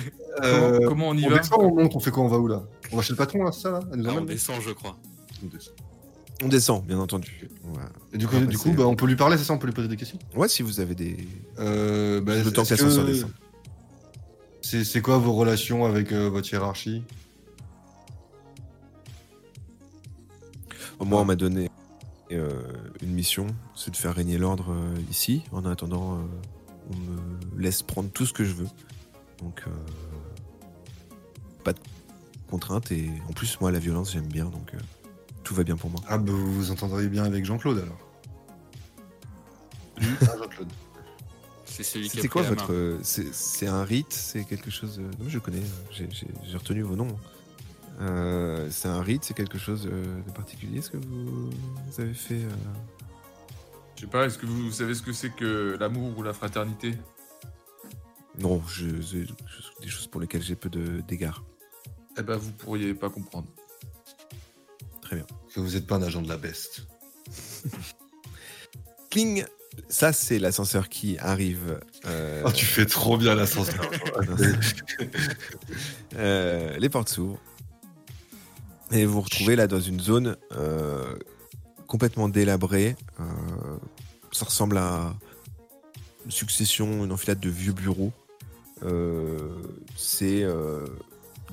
Speaker 2: euh,
Speaker 3: comment, comment on y
Speaker 2: on
Speaker 3: va
Speaker 2: descend, on monte, on fait quoi, on va où là On va chez le patron là, c'est ça là Elle nous
Speaker 4: Ah, on
Speaker 2: emmène
Speaker 4: descend, je crois.
Speaker 2: On descend.
Speaker 1: On descend, bien entendu. On va-
Speaker 2: Et du coup,
Speaker 1: Ah, bah,
Speaker 2: du coup
Speaker 1: c'est-
Speaker 2: bah, on peut lui parler, c'est ça On peut lui poser des questions
Speaker 1: Ouais, si vous avez des.
Speaker 2: euh, bah,
Speaker 1: Le temps
Speaker 2: est-ce
Speaker 1: que l'ascenseur
Speaker 2: que-
Speaker 1: descende.
Speaker 2: C'est c'est quoi vos relations avec euh, votre hiérarchie
Speaker 1: Moi, on m'a donné euh, une mission c'est de faire régner l'ordre euh, ici. En attendant, euh, on me laisse prendre tout ce que je veux. Donc, euh, pas de contraintes. Et en plus, moi, la violence, j'aime bien. Donc, euh, tout va bien pour moi.
Speaker 2: Ah, bah, vous vous entendriez bien avec Jean-Claude alors Ah, Jean-Claude.
Speaker 4: C'est celui qui a
Speaker 1: C'était
Speaker 4: pris
Speaker 1: quoi
Speaker 4: la
Speaker 1: votre.
Speaker 4: main.
Speaker 1: euh, c'est c'est un rite C'est quelque chose. euh, Non, je connais, j'ai- j'ai j'ai retenu vos noms. Euh, c'est un rite, c'est quelque chose euh, de particulier ce que vous, vous avez fait euh
Speaker 3: Je sais pas, est-ce que vous, vous savez ce que c'est que l'amour ou la fraternité
Speaker 1: Non, je, je- je- des choses pour lesquelles j'ai peu de- d'égards.
Speaker 3: Eh ben, vous pourriez pas comprendre.
Speaker 2: Que vous n'êtes pas un agent de la peste.
Speaker 1: Cling Ça, c'est l'ascenseur qui arrive. euh,
Speaker 2: Ah, tu fais trop bien l'ascenseur.
Speaker 1: Euh, les portes s'ouvrent. Et vous vous retrouvez là dans une zone euh, complètement délabrée. Euh, ça ressemble à une succession, une enfilade de vieux bureaux. Euh, c'est euh,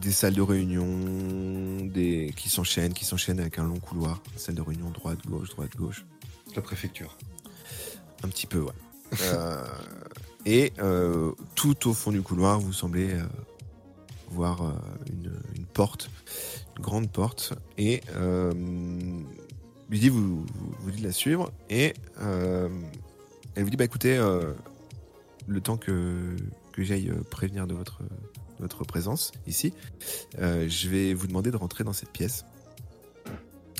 Speaker 1: des salles de réunion des... qui s'enchaînent, qui s'enchaînent avec un long couloir. Salle de réunion droite, gauche, droite, gauche.
Speaker 2: <laughs> la préfecture.
Speaker 1: Un petit peu, ouais. Euh, et euh, tout au fond du couloir, vous semblez euh, voir euh, une, une porte, une grande porte. Et euh, Lydie vous, vous, vous dit de la suivre. Et euh, elle vous dit bah écoutez, euh, le temps que, que j'aille euh, prévenir de votre, de votre présence ici, euh, je vais vous demander de rentrer dans cette pièce.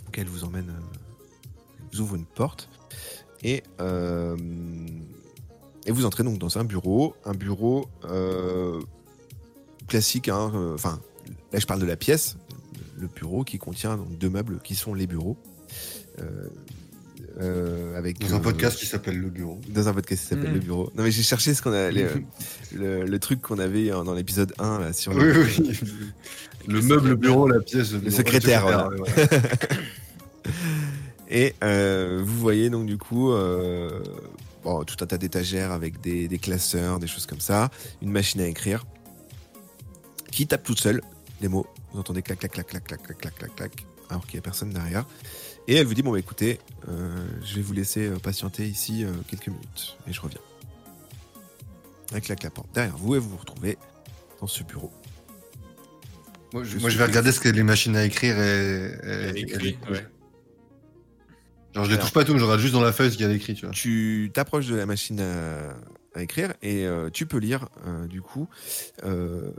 Speaker 1: Donc elle vous emmène, euh, elle vous ouvre une porte. Et euh, Et vous entrez donc dans un bureau, un bureau euh, classique, hein, euh, enfin, là je parle de la pièce, le bureau qui contient donc deux meubles qui sont les bureaux. Euh, euh, avec
Speaker 2: Dans un
Speaker 1: euh,
Speaker 2: podcast qui s'appelle Le Bureau.
Speaker 1: dans un podcast qui s'appelle
Speaker 3: Mhm.
Speaker 1: Le Bureau. Non, mais j'ai cherché ce qu'on a, les, euh, le, le truc qu'on avait euh, dans l'épisode 1 là, sur
Speaker 2: Oui,
Speaker 1: le,
Speaker 2: <laughs> oui. Le meuble bureau, la pièce. Le, bureau, le
Speaker 1: secrétaire,
Speaker 2: ouais, ouais.
Speaker 1: Et euh, vous voyez donc du coup euh, bon, tout un tas d'étagères avec des, des classeurs, des choses comme ça, une machine à écrire qui tape toute seule les mots. Vous entendez clac clac clac clac clac clac clac clac clac alors qu'il n'y a personne derrière. Et elle vous dit bon bah écoutez, euh, je vais vous laisser euh, patienter ici euh, quelques minutes et je reviens. Elle claque la porte derrière vous et vous vous retrouvez dans ce bureau.
Speaker 2: Moi, je, moi, je vais regarder ce que les machines à écrire et. et-
Speaker 4: Elle écrit,
Speaker 2: et-
Speaker 4: ouais.
Speaker 2: Genre, je les touche pas et tout, mais je regarde juste dans la feuille ce qu'il y a d'écrit, tu vois.
Speaker 1: tu t'approches de la machine à, à écrire et euh, tu peux lire euh, du coup euh,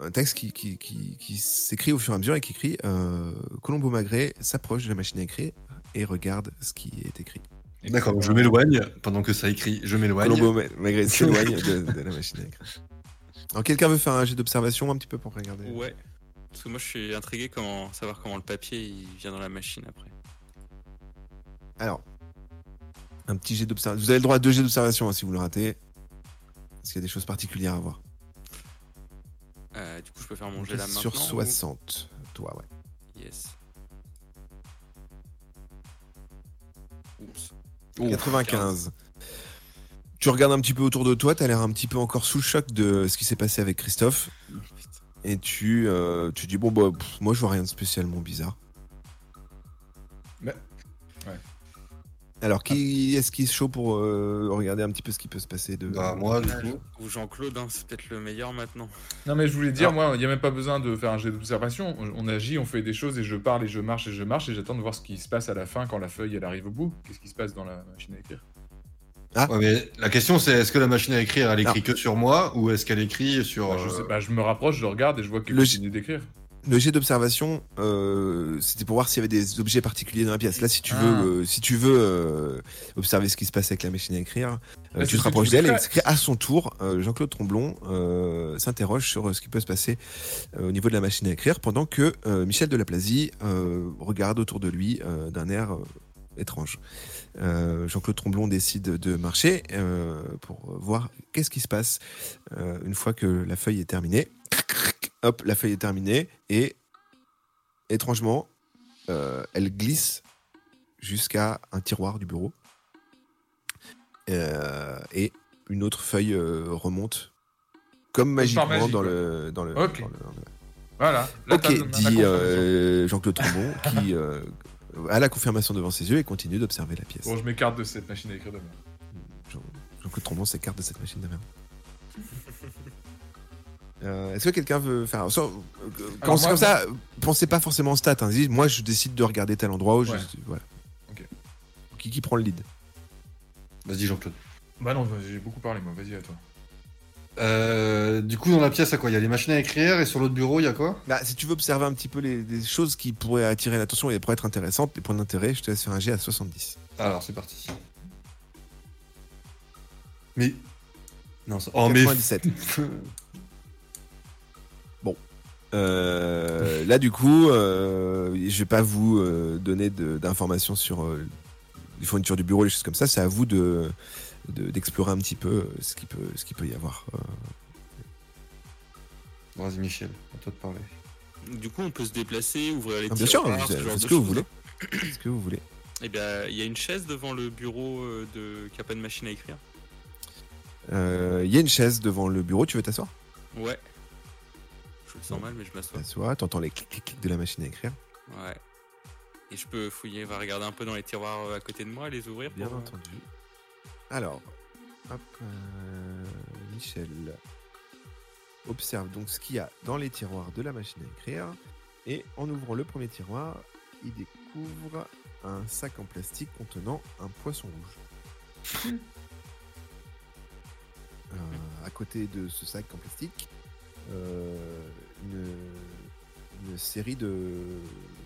Speaker 1: un texte qui, qui, qui, qui s'écrit au fur et à mesure et qui écrit euh, Colombo Magret s'approche de la machine à écrire et regarde ce qui est écrit.
Speaker 2: D'accord, je m'éloigne pendant que ça écrit, je m'éloigne.
Speaker 1: Colombo Ma- Magret
Speaker 4: <laughs>
Speaker 1: s'éloigne de, de la machine à écrire. Alors quelqu'un veut faire un jet d'observation un petit peu pour regarder.
Speaker 4: Ouais. Parce que moi, je suis intrigué comment savoir comment le papier il vient dans la machine après.
Speaker 1: Alors un petit jet d'observation. Vous avez le droit à deux jets d'observation hein, si vous le ratez. Parce qu'il y a des choses particulières à voir.
Speaker 4: Euh, du coup, je peux faire manger la main.
Speaker 1: Sur 60, toi, ouais.
Speaker 4: Yes. Oups.
Speaker 1: 95. Tu regardes un petit peu autour de toi, t'as l'air un petit peu encore sous le choc de ce qui s'est passé avec Christophe. Et tu, euh, tu dis, bon, bah, pff, moi je vois rien de spécialement bizarre.
Speaker 3: Mais- ouais. Ah.
Speaker 1: Alors, qui est-ce qui est chaud pour euh, regarder un petit peu ce qui peut se passer de.
Speaker 2: Bah, moi, du
Speaker 4: Ah,
Speaker 2: coup.
Speaker 4: Ou Jean-Claude, hein, c'est peut-être le meilleur maintenant.
Speaker 3: Non, mais je voulais dire, moi, il n'y a même pas besoin de faire un jet d'observation. On- On agit, on fait des choses et je parle et je marche et je marche et j'attends de voir ce qui se passe à la fin quand la feuille elle arrive au bout. Qu'est-ce qui se passe dans la machine à écrire
Speaker 2: Ouais, mais la question, c'est est-ce que la machine à écrire, elle écrit que sur moi ou est-ce qu'elle écrit sur. euh,
Speaker 3: Bah, je, sais pas, je me rapproche, je regarde et je vois que
Speaker 1: Le jet-
Speaker 3: continue d'écrire.
Speaker 1: Le jet d'observation, euh, c'était pour voir s'il y avait des objets particuliers dans la pièce. Là, si tu
Speaker 3: Ah.
Speaker 1: veux, euh, si tu veux euh, observer ce qui se passe avec la machine à écrire, euh,
Speaker 3: Là, Ah, c'est
Speaker 1: tu
Speaker 3: ce
Speaker 1: te
Speaker 3: que
Speaker 1: rapproches
Speaker 3: tu
Speaker 1: d'elle et
Speaker 3: voulais
Speaker 1: elle s'écrit à son tour. euh, Jean-Claude Tromblon euh, s'interroge sur euh, ce qui peut se passer euh, au niveau de la machine à écrire, pendant que euh, Michel Delaplasie euh, regarde autour de lui euh, d'un air euh, étrange. Euh, Jean-Claude Tromblon décide de marcher euh, pour voir qu'est-ce qui se passe euh, une fois que la feuille est terminée. Hop, la feuille est terminée et étrangement, euh, elle glisse jusqu'à un tiroir du bureau. Euh, et une autre feuille euh, remonte comme magiquement
Speaker 3: magie,
Speaker 1: dans,
Speaker 3: quoi.
Speaker 1: le, dans le.
Speaker 3: Ok.
Speaker 1: dans le- dans le-
Speaker 3: Voilà. Là, t'as- t'as
Speaker 1: Ok, dit
Speaker 3: confirmation.
Speaker 1: euh, Jean-Claude Trombon, qui euh, a la confirmation devant ses yeux et continue d'observer la pièce.
Speaker 3: Bon, je m'écarte de cette machine à écrire de moi.
Speaker 1: Jean- Jean-Claude Trombon s'écarte de cette machine de merde. <laughs> Euh, Est-ce que quelqu'un veut faire sans- euh, quand
Speaker 3: Alors,
Speaker 1: c'est
Speaker 3: moi,
Speaker 1: comme ça, pensez pas forcément en stats. hein. Dis, Moi, je décide de regarder tel endroit. où je-
Speaker 3: Ouais.
Speaker 1: voilà.
Speaker 3: Ok.
Speaker 1: Qui, qui prend le lead
Speaker 2: Vas-y, Jean-Claude.
Speaker 3: Bah non, j'ai beaucoup parlé, moi. Vas-y, à toi.
Speaker 2: Euh, du coup, dans la pièce, à quoi Il y a les machines à écrire et sur l'autre bureau, il y a quoi
Speaker 1: Bah, Si tu veux observer un petit peu les, des choses qui pourraient attirer l'attention et pourraient être intéressantes, les points d'intérêt, je te laisse faire un G à 70.
Speaker 2: Alors, c'est parti. Mais. <laughs> Non, ça... Oh, mais.
Speaker 1: 97. Euh, là, du coup, euh, je vais pas vous euh, donner de- d'informations sur euh, les fournitures du bureau, les choses comme ça. C'est à vous de de- d'explorer un petit peu euh, ce qui peut ce qui peut y avoir. Euh,
Speaker 2: Vas-y, Michel, à toi de parler.
Speaker 4: Du coup, on peut se déplacer, ouvrir les
Speaker 1: ah, bien sûr,
Speaker 4: tiroirs,
Speaker 1: vous-
Speaker 4: ce
Speaker 1: faites
Speaker 4: genre
Speaker 1: ce
Speaker 4: de
Speaker 1: que vous
Speaker 4: choses.
Speaker 1: voulez. Ce que vous voulez.
Speaker 4: Eh bien, il y a une chaise devant le bureau euh, de qui a pas de machine à écrire.
Speaker 1: Euh, Il y a une chaise devant le bureau. Tu veux t'asseoir
Speaker 4: Ouais. Je le sens mal, mais je m'assois.
Speaker 1: T'assois. T'entends les clics clics clics de la machine à écrire.
Speaker 4: Ouais. Et je peux fouiller, va regarder un peu dans les tiroirs euh, à côté de moi, les ouvrir.
Speaker 1: Bien
Speaker 4: pour, euh,
Speaker 1: entendu. Alors, hop, euh, Michel observe donc ce qu'il y a dans les tiroirs de la machine à écrire. Et en ouvrant le premier tiroir, il découvre un sac en plastique contenant un poisson rouge. Euh, à côté de ce sac en plastique, euh, une, une série de,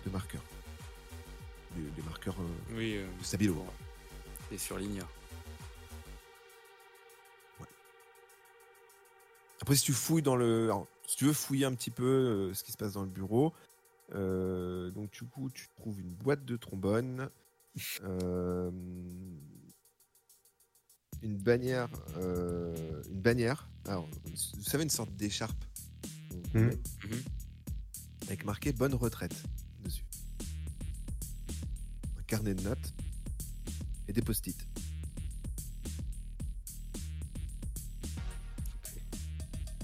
Speaker 1: de marqueurs. Des, des marqueurs euh,
Speaker 4: Oui, euh,
Speaker 1: de Stabilo.
Speaker 4: et surligneur.
Speaker 1: Après, si tu fouilles dans le. alors, si tu veux fouiller un petit peu euh, ce qui se passe dans le bureau, euh, donc du coup, tu trouves une boîte de trombone, euh, une bannière. euh, une bannière. Alors, vous savez, une sorte d'écharpe.
Speaker 2: Mhm.
Speaker 4: Mhm.
Speaker 1: Avec marqué bonne retraite dessus. Un carnet de notes et des post-it.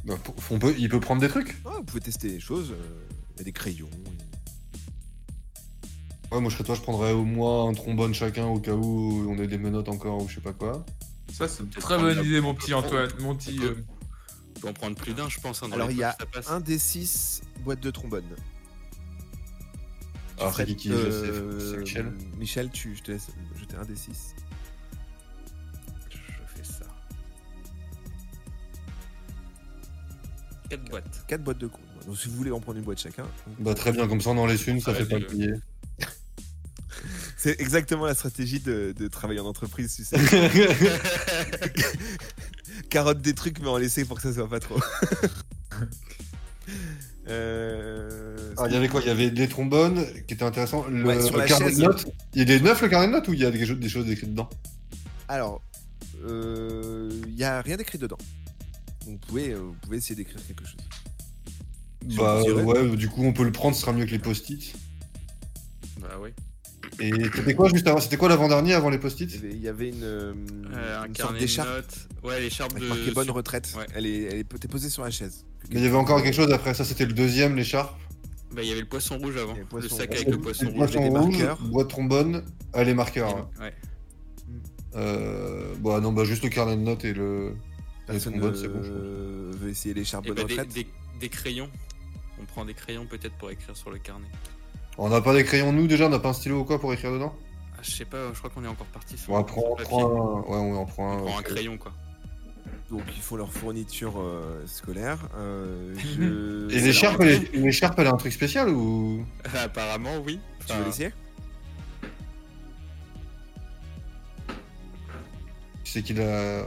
Speaker 2: Bah, pour- on peut, il peut prendre des trucs
Speaker 1: Ah, vous pouvez tester des choses. euh, Il y a des crayons. et-
Speaker 2: Ouais, moi je serais toi, je prendrais au moins un trombone chacun au cas où on ait des menottes encore ou je sais pas quoi.
Speaker 3: Ça, c'est une
Speaker 4: Peut-être
Speaker 3: très
Speaker 4: prendre
Speaker 3: bonne
Speaker 4: la-
Speaker 3: idée, mon petit Antoine. Mon petit.
Speaker 4: peut-
Speaker 3: euh,
Speaker 4: On peut en prendre plus d'un, je pense. hein, dans
Speaker 1: Alors,
Speaker 4: les
Speaker 1: il y a
Speaker 4: poches, ça passe.
Speaker 1: Un des six boîtes de trombone.
Speaker 2: Ah,
Speaker 1: Fred,
Speaker 2: c'est qui
Speaker 1: euh,
Speaker 2: Je sais, c'est Michel.
Speaker 3: euh,
Speaker 1: Michel, tu, je te laisse jeter un des six.
Speaker 4: Je fais ça. Quatre boîtes.
Speaker 1: Quatre boîtes de compte. Donc, si vous voulez en prendre une boîte chacun, vous-
Speaker 2: Bah très bien, comme ça on en laisse une, ça
Speaker 4: Ah,
Speaker 2: fait pas
Speaker 4: vas-y,
Speaker 2: plier.
Speaker 1: c'est exactement la stratégie de, de travailler en entreprise.
Speaker 2: <laughs>
Speaker 1: Tu sais, carotte des trucs, mais en laisser pour que ça soit pas
Speaker 2: <laughs>
Speaker 1: trop. Euh,
Speaker 2: Alors il y avait quoi Il y avait des trombones qui étaient intéressants. Le,
Speaker 1: Ouais, sur
Speaker 2: le
Speaker 1: la
Speaker 2: carnet
Speaker 1: chaise.
Speaker 2: de notes. Il y a des neuf le carnet de notes ou il y a des, choses- des choses écrites dedans
Speaker 1: Alors, il n'y a rien d'écrit dedans. Donc, vous pouvez, euh, vous pouvez essayer d'écrire quelque chose.
Speaker 2: Bah
Speaker 1: dirais.
Speaker 2: ouais, du coup on peut le prendre, ce sera mieux que les post-it.
Speaker 4: bah oui.
Speaker 2: Et c'était quoi juste avant C'était quoi l'avant-dernier avant les
Speaker 1: Il y
Speaker 2: post-it
Speaker 1: avait- il y avait une, euh,
Speaker 4: Euh, un
Speaker 1: une sorte
Speaker 4: carnet de
Speaker 1: d'écharpe
Speaker 4: notes. Ouais, l'écharpe
Speaker 1: avec
Speaker 4: de.
Speaker 1: marqué bonne retraite.
Speaker 4: Euh, Ouais.
Speaker 1: Elle est, elle est, t'es posée sur la chaise.
Speaker 2: Mais il y avait encore quelque chose après ça, c'était le deuxième, l'écharpe.
Speaker 4: Bah, il y avait le poisson rouge avant.
Speaker 1: Il y avait
Speaker 4: Le,
Speaker 1: le poisson
Speaker 4: sac
Speaker 1: rouge.
Speaker 4: avec le poisson
Speaker 2: Le
Speaker 1: il y
Speaker 4: rouge.
Speaker 2: poisson
Speaker 1: avait des
Speaker 2: rouge,
Speaker 1: marqueurs.
Speaker 2: boîte trombone, ah, les marqueurs. ouais.
Speaker 4: Ouais.
Speaker 2: Euh, bah non, bah juste le carnet de notes et le. et le
Speaker 1: Personne
Speaker 2: trombone, c'est bon, je pense.
Speaker 1: euh, veut essayer l'écharpe
Speaker 4: Et
Speaker 1: bonne
Speaker 4: bah, des,
Speaker 1: retraite.
Speaker 4: des- des crayons. On prend des crayons peut-être pour écrire sur le carnet.
Speaker 2: On n'a pas des crayons, nous déjà, on n'a pas un stylo ou quoi pour écrire dedans
Speaker 4: Ah, je sais pas, je crois qu'on est encore parti sur.
Speaker 2: On va prendre, on
Speaker 4: sur papier.
Speaker 2: prend un... Ouais, on en prend un.
Speaker 4: On prend un
Speaker 2: ok.
Speaker 4: crayon quoi. <laughs>
Speaker 1: Donc ils font leur fourniture euh, scolaire.
Speaker 4: <laughs>
Speaker 1: Euh, je-
Speaker 2: Et
Speaker 1: C'est
Speaker 2: l'écharpe,
Speaker 1: leur-
Speaker 2: elle, est- l'écharpe, elle a un truc spécial ou.
Speaker 4: Apparemment, oui.
Speaker 1: Tu veux
Speaker 4: Enfin,
Speaker 1: l'essayer
Speaker 2: C'est qu'il a.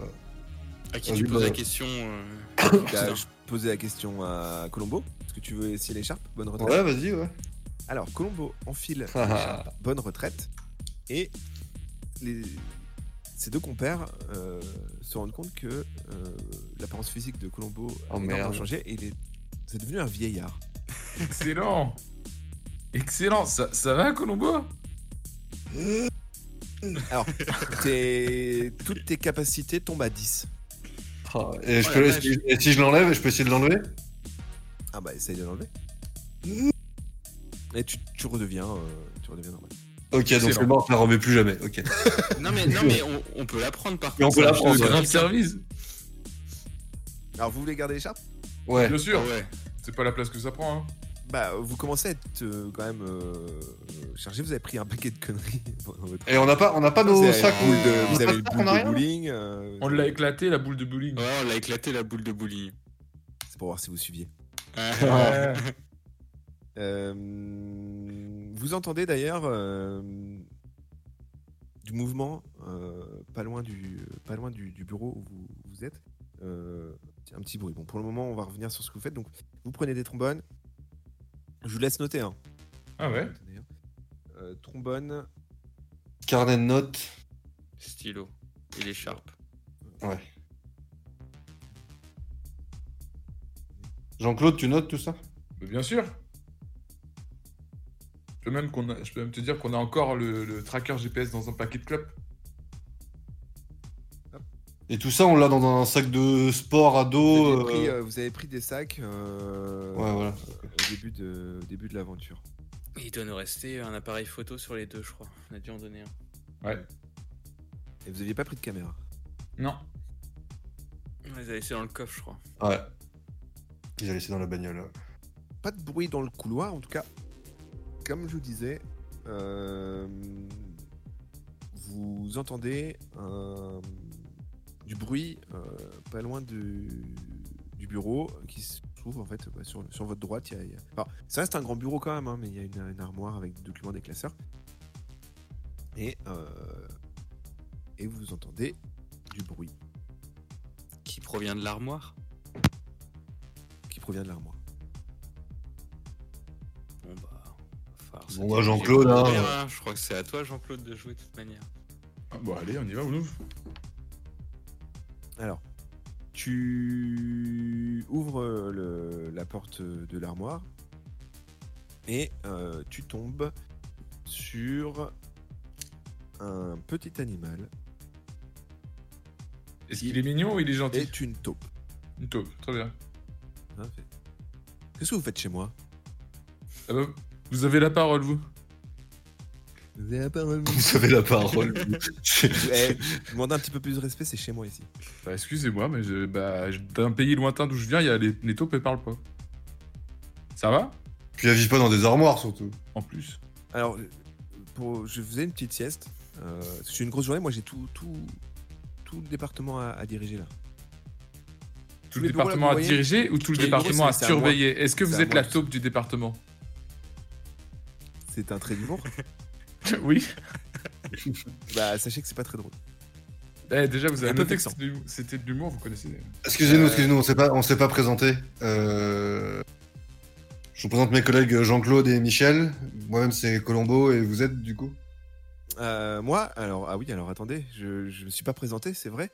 Speaker 4: À qui
Speaker 2: Ah
Speaker 4: tu
Speaker 2: oui,
Speaker 4: poses la
Speaker 2: bah.
Speaker 1: <coughs>
Speaker 4: question euh,
Speaker 1: Bah, Je posais la question à Colombo. Est-ce que tu veux essayer l'écharpe Bonne retraite.
Speaker 2: Ouais, Ah, vas-y, <laughs> ouais.
Speaker 1: Alors Colombo enfile l'écharpe bonne retraite et les... ses deux compères euh, se rendent compte que euh, l'apparence physique de Colombo
Speaker 2: Oh,
Speaker 1: a énormément
Speaker 2: merde.
Speaker 1: changé et il est... c'est devenu un vieillard.
Speaker 3: Excellent Excellent Ça, ça va, Colombo
Speaker 1: Alors tes- toutes tes capacités tombent à 10.
Speaker 2: Ah, Et, je
Speaker 4: Oh,
Speaker 2: peux-
Speaker 4: la
Speaker 2: et si, et si je l'enlève, je peux essayer de l'enlever
Speaker 1: Ah bah essaye de l'enlever. Et tu, tu redeviens euh, tu redeviens normal.
Speaker 2: Ok, donc
Speaker 3: Excellent.
Speaker 2: c'est mort, je la remets plus jamais. Ok.
Speaker 4: Non mais, non, mais on, on peut la prendre par
Speaker 2: Mais on
Speaker 4: contre.
Speaker 2: peut la
Speaker 4: ça, je
Speaker 2: prendre,
Speaker 4: te le
Speaker 3: Grave
Speaker 4: dis, ça.
Speaker 3: service
Speaker 1: Alors vous voulez garder l'écharpe
Speaker 2: Ouais.
Speaker 3: Bien sûr
Speaker 4: Ah ouais.
Speaker 3: C'est pas la place que ça prend, hein.
Speaker 1: Bah vous commencez à être euh, quand même euh, chargé, vous avez pris un paquet de conneries. <laughs> pendant votre-
Speaker 2: Et on n'a pas, on n'a pas nos
Speaker 1: Vous avez
Speaker 2: sacs
Speaker 1: le boule de-
Speaker 2: nos
Speaker 1: vous avez le
Speaker 2: <laughs> sacs
Speaker 1: boule
Speaker 2: en
Speaker 1: de
Speaker 2: arrière
Speaker 1: bowling. euh,
Speaker 3: On l'a éclaté, la boule de bowling.
Speaker 4: Ah Ouais, on l'a éclaté la boule de bowling.
Speaker 1: C'est pour voir si vous suiviez.
Speaker 4: Ah,
Speaker 1: Euh, vous entendez d'ailleurs euh, du mouvement euh, pas loin du pas loin du, du bureau où vous, vous êtes. euh, un petit bruit. Bon, pour le moment, on va revenir sur ce que vous faites. Donc, vous prenez des trombones. Je vous laisse noter. Hein.
Speaker 3: Ah ouais
Speaker 1: Euh, trombone.
Speaker 2: Carnet de notes.
Speaker 4: Stylo et l'écharpe.
Speaker 2: Ouais. Jean-Claude, tu notes tout ça
Speaker 3: Mais Bien sûr je peux, même qu'on a- je peux même te dire qu'on a encore le, le tracker GPS dans un paquet de clopes.
Speaker 2: Et tout ça, on l'a dans un sac de sport à
Speaker 1: Vous
Speaker 2: dos.
Speaker 1: avez, pris,
Speaker 2: euh,
Speaker 1: euh, vous avez pris des sacs euh,
Speaker 2: Ouais, voilà.
Speaker 1: au début de, au début de l'aventure.
Speaker 4: Il doit nous rester un appareil photo sur les deux, je crois. On a dû en donner un.
Speaker 1: Et vous n'aviez pas pris de caméra.
Speaker 3: Non.
Speaker 4: On les a laissés dans le coffre, je crois.
Speaker 2: Ouais. Il a laissé dans la bagnole. hein. ouais.
Speaker 1: pas de bruit dans le couloir, en tout cas. Comme je vous disais, euh, vous entendez un- du bruit euh, pas loin du, du bureau qui se trouve en fait bah, sur, sur votre droite. il y a- il y a- enfin, ça reste un grand bureau quand même, hein, mais il y a une, une armoire avec des documents des classeurs. Et, euh, et vous entendez du bruit.
Speaker 4: Qui provient de l'armoire
Speaker 1: provient de l'armoire.
Speaker 4: Bon, bah. va falloir se
Speaker 2: Bon, bah,
Speaker 4: diriger
Speaker 2: Jean-Claude,
Speaker 4: vers
Speaker 2: hein.
Speaker 4: Robert, Je crois que c'est à toi, Jean-Claude, de jouer de toute manière.
Speaker 3: Ah, Bon, allez, on y va, on ouvre.
Speaker 1: Alors, tu ouvres euh, le- la porte de l'armoire et euh, tu tombes sur un petit animal
Speaker 3: Est-ce qu'il est mignon ou il est gentil
Speaker 1: est une taupe.
Speaker 3: Une taupe, très bien.
Speaker 1: Hein, fait. Qu'est-ce que vous faites chez moi
Speaker 3: Ah bah, vous avez la parole, vous
Speaker 1: Vous avez la parole. <laughs>
Speaker 2: <laughs> Vous savez la parole.
Speaker 1: demandez Eh, un petit peu plus de respect, c'est chez moi ici.
Speaker 3: Bah, excusez-moi, mais je- bah, je- d'un pays lointain d'où je viens, il y a les, les taupes, elles parlent pas. Ça va
Speaker 2: <laughs> Puis elle vit pas dans des armoires surtout.
Speaker 3: En plus.
Speaker 1: Alors, pour, je faisais une petite sieste. Euh, parce que j'ai une grosse journée, moi j'ai tout, tout, tout le département à, à diriger là.
Speaker 3: Tout
Speaker 1: Mais
Speaker 3: le
Speaker 1: donc, voilà,
Speaker 3: département
Speaker 1: vous
Speaker 3: à
Speaker 1: voyez,
Speaker 3: diriger ou tout le
Speaker 1: mais
Speaker 3: département
Speaker 1: gros,
Speaker 3: à
Speaker 1: c'est- c'est à moi.
Speaker 3: surveiller Est-ce que vous
Speaker 1: C'est à
Speaker 3: êtes la
Speaker 1: moi.
Speaker 3: taupe du département
Speaker 1: C'est un trait d'humour.
Speaker 3: <laughs> Oui.
Speaker 1: bah, sachez que c'est pas très drôle.
Speaker 3: Eh, déjà,
Speaker 1: Un
Speaker 3: vous avez
Speaker 1: peu
Speaker 3: noté que
Speaker 1: vexant.
Speaker 3: c'était de- c'était de l'humour, vous connaissez.
Speaker 2: Excusez-nous,
Speaker 4: Euh,
Speaker 2: excusez-nous, on s'est pas, on s'est pas présenté. Euh, Je vous présente mes collègues Jean-Claude et Michel. Moi-même c'est Colombo et vous êtes du coup.
Speaker 1: Euh, moi, alors, ah oui, alors attendez, je, je me suis pas présenté, c'est vrai.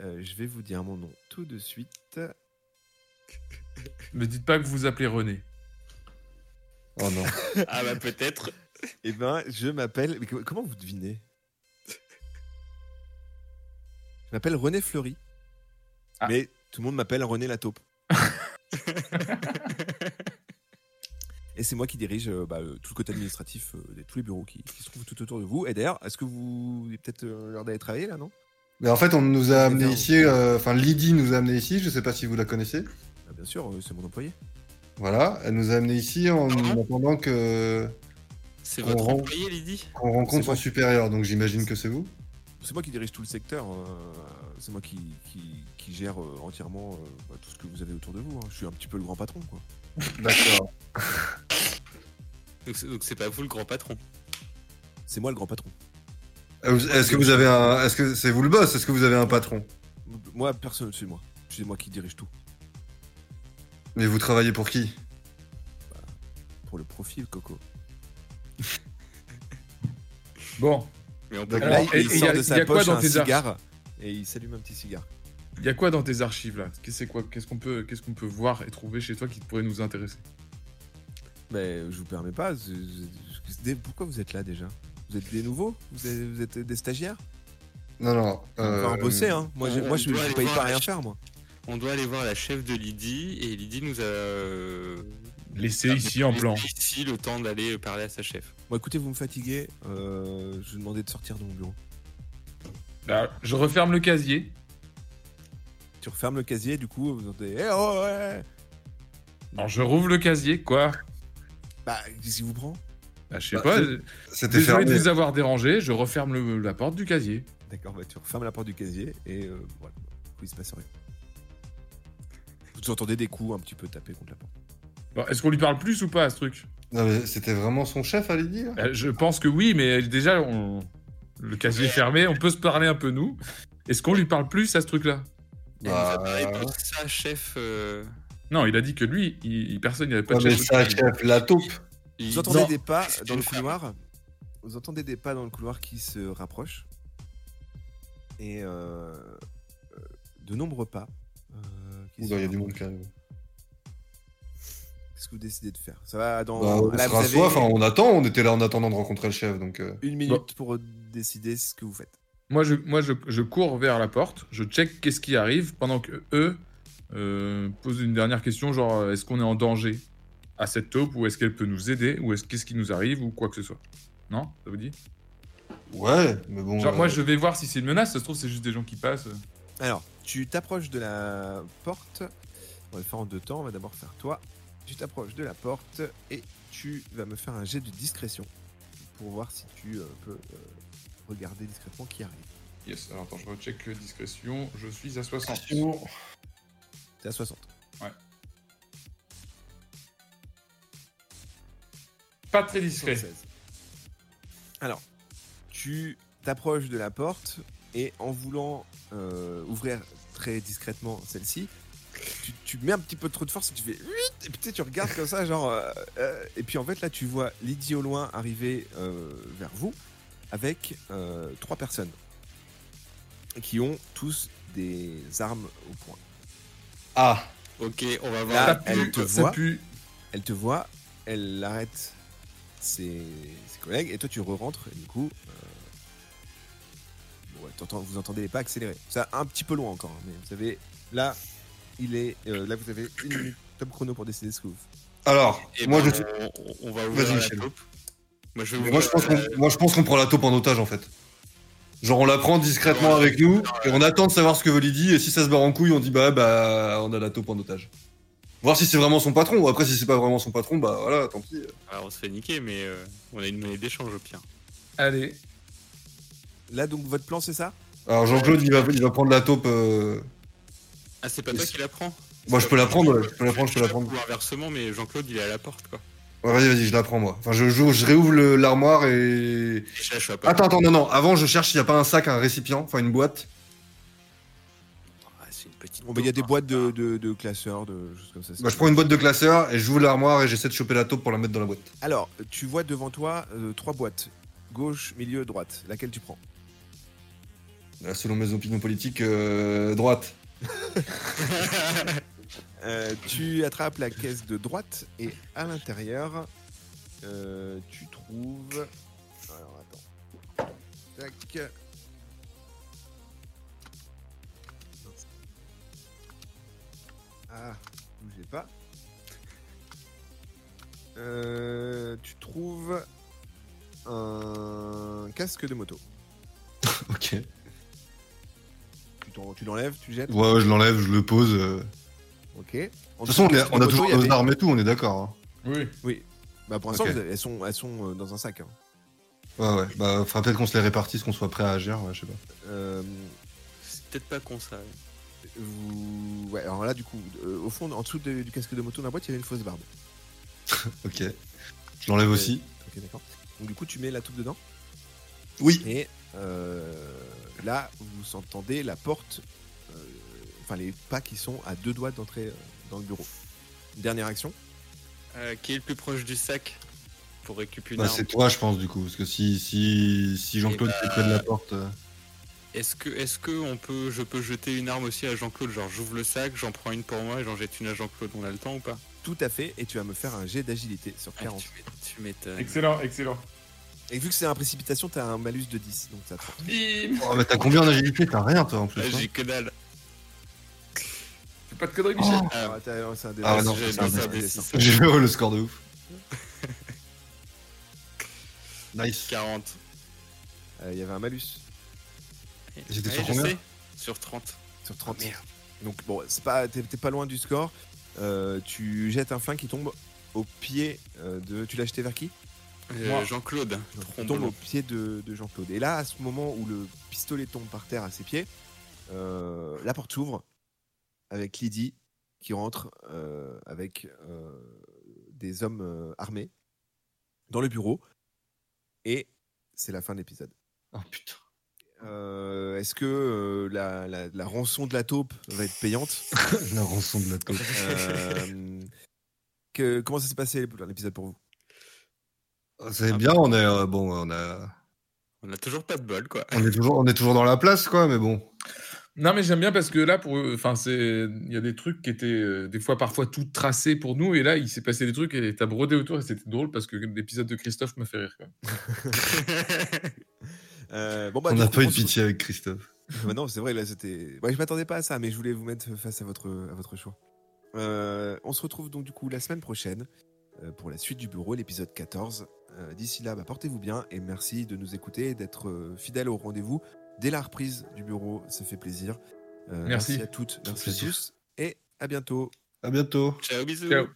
Speaker 1: Euh, je vais vous dire mon nom tout de suite.
Speaker 3: Me dites pas que vous vous appelez René.
Speaker 2: Oh non.
Speaker 4: Ah bah peut-être.
Speaker 1: <laughs> Eh ben, je m'appelle. mais co- Comment vous devinez Je m'appelle René Fleury.
Speaker 3: Ah.
Speaker 1: Mais tout le monde m'appelle René la taupe. Et c'est moi qui dirige euh, bah, euh, tout le côté administratif, euh, de tous les bureaux qui, qui se trouvent tout autour de vous. Et d'ailleurs, est-ce que vous. Il est peut-être euh, l'heure d'aller travailler là, non
Speaker 2: Mais en fait on nous a amené
Speaker 1: Énorme.
Speaker 2: ici. euh, Enfin Lydie nous a amené ici. Je sais pas si vous la connaissez.
Speaker 1: Ah, Bien sûr, euh, c'est mon employé.
Speaker 2: Voilà, elle nous a amené ici en attendant que
Speaker 4: C'est
Speaker 2: On
Speaker 4: votre
Speaker 2: rentre.
Speaker 4: employé, Lydie
Speaker 2: qu'on
Speaker 1: C'est
Speaker 2: rencontre son
Speaker 1: moi.
Speaker 2: supérieur. Donc j'imagine que c'est vous.
Speaker 1: C'est moi qui dirige tout le secteur. euh, c'est moi qui, qui, qui gère euh, entièrement euh, bah, tout ce que vous avez autour de vous. hein. Je suis un petit peu le grand patron, quoi.
Speaker 2: D'accord.
Speaker 4: Donc c'est- donc c'est pas vous le grand patron.
Speaker 1: C'est moi le grand patron.
Speaker 2: Est-ce que Euh, vous avez un, est-ce que c'est vous le boss Est-ce que vous avez un patron
Speaker 1: Moi, personne, c'est moi. C'est moi qui dirige tout.
Speaker 2: Mais vous travaillez pour qui
Speaker 1: Pour le profil, Coco.
Speaker 3: Bon,
Speaker 4: Mais on peut
Speaker 2: D'accord.
Speaker 1: Là,
Speaker 3: Alors,
Speaker 1: il,
Speaker 3: et-
Speaker 1: il
Speaker 3: et y
Speaker 1: sort
Speaker 3: a-
Speaker 1: de
Speaker 3: y
Speaker 1: sa
Speaker 3: a quoi
Speaker 1: poche
Speaker 3: dans
Speaker 1: un
Speaker 3: tes arches
Speaker 1: cigare et il s'allume un petit cigare.
Speaker 3: il y a quoi dans tes archives là Qu'est-ce qu'on qu'est-ce qu'on peut, qu'est-ce qu'on peut voir et trouver chez toi qui pourrait nous intéresser
Speaker 1: Mais je vous permets pas. je- je- je- des- pourquoi vous êtes là déjà Vous êtes des nouveaux vous êtes, vous êtes des stagiaires
Speaker 2: Non, non. euh,
Speaker 1: Enfin, bosser, hein. Moi, je,
Speaker 4: on-
Speaker 1: moi, je, je
Speaker 4: on doit
Speaker 1: paye
Speaker 4: aller
Speaker 1: pas
Speaker 4: voir
Speaker 1: à rien
Speaker 4: la-
Speaker 1: faire, moi.
Speaker 4: On doit aller voir la chef de Lydie et Lydie nous a euh,
Speaker 3: Laissez
Speaker 4: Ah,
Speaker 3: ici en
Speaker 4: laissé
Speaker 3: blanc.
Speaker 4: Ici le temps d'aller parler à sa chef.
Speaker 1: Bon, écoutez, vous me fatiguez. euh, je vous demandais de sortir de mon bureau.
Speaker 3: Là, Bah, je referme le casier.
Speaker 1: Tu refermes le casier, du coup, vous entendez. Eh oh, ouais
Speaker 3: Alors je rouvre le casier, quoi
Speaker 1: Bah, qu'est-ce qui vous prend
Speaker 3: Bah, Je sais
Speaker 2: Bah,
Speaker 3: pas.
Speaker 2: c'est-
Speaker 3: je-
Speaker 2: C'était
Speaker 3: Désolé de
Speaker 2: fermé.
Speaker 3: vous avoir dérangé, je referme le- la porte du casier.
Speaker 1: D'accord, bah, tu refermes la porte du casier et euh, voilà. Du coup, il se passe rien. Vous entendez des coups un petit peu tapés contre la porte.
Speaker 3: Bon, Est-ce qu'on lui parle plus ou pas à ce truc
Speaker 2: Non, mais c'était vraiment son chef à Lydie là
Speaker 3: Euh, Je pense que oui, mais déjà, on- le casier est fermé, on peut se parler un peu nous. Est-ce qu'on lui parle plus à ce truc-là
Speaker 4: Elle nous a parlé
Speaker 2: Bah,
Speaker 4: de sa chef. euh,
Speaker 3: Non, il a dit que lui, il, il- personne, il avait pas
Speaker 2: ouais,
Speaker 3: de
Speaker 2: mais
Speaker 3: chef.
Speaker 2: ça, chef, la taupe.
Speaker 4: Lydie.
Speaker 1: Vous entendez
Speaker 3: Non.
Speaker 1: des pas
Speaker 4: C'est
Speaker 1: dans
Speaker 4: une
Speaker 1: le couloir. Vous entendez des pas dans le couloir qui se rapprochent. Et euh, euh, de nombreux pas. euh, qui
Speaker 2: Oula,
Speaker 1: se
Speaker 2: Il y a du
Speaker 1: rapprochent.
Speaker 2: monde qui arrive.
Speaker 1: Qu'est-ce que vous décidez de faire Ça va dans.
Speaker 2: Bah, on
Speaker 1: Là, vous
Speaker 2: sera
Speaker 1: avez
Speaker 2: soif, hein, on attend, on était là en attendant de rencontrer le chef. Donc, euh,
Speaker 1: une minute pour décider ce que vous faites.
Speaker 3: Moi, je, moi je, je cours vers la porte, je check qu'est-ce qui arrive, pendant que eux euh, posent une dernière question, genre euh, est-ce qu'on est en danger à cette taupe, ou est-ce qu'elle peut nous aider, ou est-ce qu'est-ce qui nous arrive, ou quoi que ce soit. Non Ça vous dit
Speaker 2: Ouais, mais bon.
Speaker 3: Genre,
Speaker 2: euh,
Speaker 3: moi, je vais voir si c'est une menace, ça se trouve, c'est juste des gens qui passent.
Speaker 1: Alors, tu t'approches de la porte. On va le faire en deux temps. On va d'abord faire toi. Tu t'approches de la porte et tu vas me faire un jet de discrétion pour voir si tu euh, peux euh, regarder discrètement qui arrive.
Speaker 3: Yes, alors attends, je recheck euh, discrétion, je suis à 60.
Speaker 2: attention.
Speaker 1: T'es à 60.
Speaker 3: Pas très discret.
Speaker 1: 76. Alors, tu t'approches de la porte et en voulant euh, ouvrir très discrètement celle-ci, tu, tu mets un petit peu trop de force et tu fais huit et puis tu sais, tu regardes comme ça genre euh, euh, et puis en fait là tu vois Lydie au loin arriver euh, vers vous avec euh, trois personnes qui ont tous des armes au poing.
Speaker 2: Ah,
Speaker 4: Ok, on va voir.
Speaker 1: Là,
Speaker 3: Ça
Speaker 1: Ah, elle
Speaker 3: pue,
Speaker 1: te
Speaker 3: ça
Speaker 1: voit.
Speaker 3: pue.
Speaker 1: Elle te voit, elle arrête ses, ses collègues et toi tu re-rentres et du coup euh, ouais, t'entends- vous entendez les pas accélérer. Ça un petit peu loin encore hein, mais vous savez là il est euh, là vous avez une minute top chrono pour décider ce que vous faites.
Speaker 2: alors,
Speaker 4: Et
Speaker 2: moi,
Speaker 4: ben,
Speaker 2: je...
Speaker 4: on, on- on va ouvrir
Speaker 2: Vas-y,
Speaker 4: la
Speaker 2: Michel.
Speaker 4: taupe. Moi, je, vais
Speaker 2: Mais
Speaker 3: euh,
Speaker 4: ouvrir
Speaker 2: moi, je pense
Speaker 4: la-
Speaker 2: qu'on... moi, je pense qu'on prend la taupe en otage, en fait. Genre, on la prend discrètement avec nous, et on attend de savoir ce que veut Lydie, et si ça se barre en couille, on dit bah, bah, on a la taupe en otage. Voir si c'est vraiment son patron, ou après, si c'est pas vraiment son patron, bah voilà, tant pis.
Speaker 4: Ah, on se fait niquer, mais euh, on a une monnaie d'échange au pire.
Speaker 3: Allez.
Speaker 1: Là donc votre plan c'est ça
Speaker 2: Alors, Jean-Claude, il va, il va prendre la taupe. euh,
Speaker 4: Ah, c'est pas toi
Speaker 2: Yes.
Speaker 4: qui la prends
Speaker 2: Moi, je peux la prendre, ouais, je peux la prendre, je peux la prendre.
Speaker 4: Ou inversement, mais Jean-Claude, il est à la porte, quoi.
Speaker 2: Ouais, vas-y, vas-y, je la prends, moi. Enfin, je, je, je réouvre le- l'armoire et.
Speaker 4: Et je la chope pas.
Speaker 2: Attends, attends, non, non. Avant, je cherche s'il n'y a pas un sac, un récipient, enfin une boîte.
Speaker 4: Ah, c'est une petite.
Speaker 1: Bon bah il y a
Speaker 4: taupe,
Speaker 1: des
Speaker 4: hein.
Speaker 1: boîtes de, de, de classeurs de choses comme ça.
Speaker 2: Bah, je prends une boîte de classeur et j'ouvre l'armoire et j'essaie de choper la taupe pour la mettre dans la boîte.
Speaker 1: Alors tu vois devant toi euh, trois boîtes gauche milieu droite laquelle tu prends.
Speaker 2: Là, selon mes opinions politiques, euh, droite.
Speaker 1: Euh, tu attrapes la caisse de droite et à l'intérieur, euh, tu trouves. Alors attends. Tac. Mince. Ah, bougez pas. Euh, tu trouves un casque de moto.
Speaker 2: Ok.
Speaker 1: Tu t'en- tu l'enlèves, tu, jettes.
Speaker 2: Ouais, je l'enlève, je le pose. euh.
Speaker 1: Ok. De
Speaker 2: De toute façon, on, est- on a toujours nos armes et tout, on est d'accord. hein.
Speaker 3: Oui.
Speaker 1: Oui. Bah pour l'instant,
Speaker 2: Ok.
Speaker 1: vous avez- elles sont, elles sont euh, dans un sac. hein.
Speaker 2: Ouais, ouais. Bah, faudra peut-être qu'on se les répartisse, qu'on soit prêt à agir, ouais, je sais pas.
Speaker 1: Euh,
Speaker 4: C'est peut-être pas con ça. ouais.
Speaker 1: vous... ouais, alors là, du coup, euh, au fond, en dessous de- du casque de moto de la boîte, il y avait une fausse barbe.
Speaker 2: Ok. Je
Speaker 4: Euh,
Speaker 2: l'enlève aussi.
Speaker 1: Ok, d'accord. Donc, du coup, tu mets la taupe dedans.
Speaker 2: Oui.
Speaker 1: Et euh, là, vous entendez la porte, euh, enfin, les pas qui sont à deux doigts d'entrer euh, dans le bureau. Dernière action.
Speaker 4: Euh, qui est le plus proche du sac pour récupérer une
Speaker 2: Bah,
Speaker 4: arme Eh ben,
Speaker 2: c'est toi, je pense, du coup. Parce que si, si, si Jean-Claude est près de la porte. euh,
Speaker 4: Est-ce que, est-ce que on peut, je peux jeter une arme aussi à Jean-Claude Genre, j'ouvre le sac, j'en prends une pour moi et j'en jette une à Jean-Claude. On a le temps ou pas
Speaker 1: Tout à fait. Et tu vas me faire un jet d'agilité sur
Speaker 4: Ah,
Speaker 1: 40.
Speaker 4: tu m'é- Tu m'étonnes.
Speaker 3: Excellent, excellent.
Speaker 1: Et vu que c'est un précipitation, t'as un malus de 10. Donc, ça te-
Speaker 3: Bim
Speaker 2: Oh, mais t'as combien en agilité T'as rien, toi, en plus.
Speaker 4: Ah,
Speaker 2: hein.
Speaker 4: j'ai que dalle.
Speaker 3: Fais pas de conneries, Michel.
Speaker 1: Alors,
Speaker 4: Ah,
Speaker 1: attends, c'est un dé-
Speaker 2: Ah,
Speaker 1: c'est
Speaker 2: non,
Speaker 1: un
Speaker 4: j'ai
Speaker 1: dé-
Speaker 2: c'est un
Speaker 1: c'est un
Speaker 4: dé-
Speaker 1: dé-
Speaker 4: six.
Speaker 1: c'est
Speaker 2: J'ai vu le score de
Speaker 4: <laughs>
Speaker 2: ouf. nice.
Speaker 4: 40.
Speaker 1: un- Euh, Il y avait un malus
Speaker 2: J'étais
Speaker 4: Ouais,
Speaker 2: sur
Speaker 4: je
Speaker 2: combien
Speaker 4: sais. Sur 30.
Speaker 1: sur
Speaker 2: Ah,
Speaker 1: 30. Donc bon, c'est pas, t'es t'es pas loin du score. Euh, tu jettes un flingue qui tombe au pied euh, de. Tu l'as jeté vers qui
Speaker 4: Euh,
Speaker 3: Moi.
Speaker 4: Jean-Claude.
Speaker 1: Il
Speaker 4: Tromblon.
Speaker 1: tombe au pied de, de Jean-Claude. Et là, à ce moment où le pistolet tombe par terre à ses pieds, euh, la porte s'ouvre avec Lydie qui rentre euh, avec euh, des hommes euh, armés dans le bureau. Et c'est la fin de l'épisode.
Speaker 2: Oh putain.
Speaker 1: Euh, Est-ce que euh, la, la- la rançon de la taupe va être payante
Speaker 2: <laughs> La rançon de la taupe.
Speaker 1: Euh, <laughs> que, comment ça s'est passé l'épisode pour vous Oh,
Speaker 2: C'est bien, on est euh, bon, on a,
Speaker 4: On a toujours pas de bol, quoi.
Speaker 2: on est toujours, on est toujours dans la place, quoi. Mais bon,
Speaker 3: Non, mais j'aime bien parce que là, pour, enfin, c'est, il y a des trucs qui étaient euh, des fois parfois tout tracés pour nous, et là, il s'est passé des trucs et t'as brodé autour et c'était drôle parce que l'épisode de Christophe m'a fait rire. quoi.
Speaker 1: Euh, bon, bah,
Speaker 2: on
Speaker 1: du
Speaker 2: n'a
Speaker 1: coup,
Speaker 2: pas eu
Speaker 1: on
Speaker 2: de
Speaker 1: se-
Speaker 2: pitié avec Christophe.
Speaker 1: <laughs> Bah non, c'est vrai, là c'était. Ouais, je m'attendais pas à ça, mais je voulais vous mettre face à votre, à votre choix. Euh, on se retrouve donc du coup la semaine prochaine euh, pour la suite du bureau, l'épisode 14. Euh, D'ici là, bah, portez-vous bien et merci de nous écouter et d'être euh, fidèles au rendez-vous dès la reprise du bureau. Ça fait plaisir. Euh,
Speaker 3: Merci.
Speaker 1: à toutes, merci à
Speaker 2: plaisir.
Speaker 1: tous et à bientôt.
Speaker 2: À bientôt.
Speaker 4: Ciao, bisous.
Speaker 3: Ciao.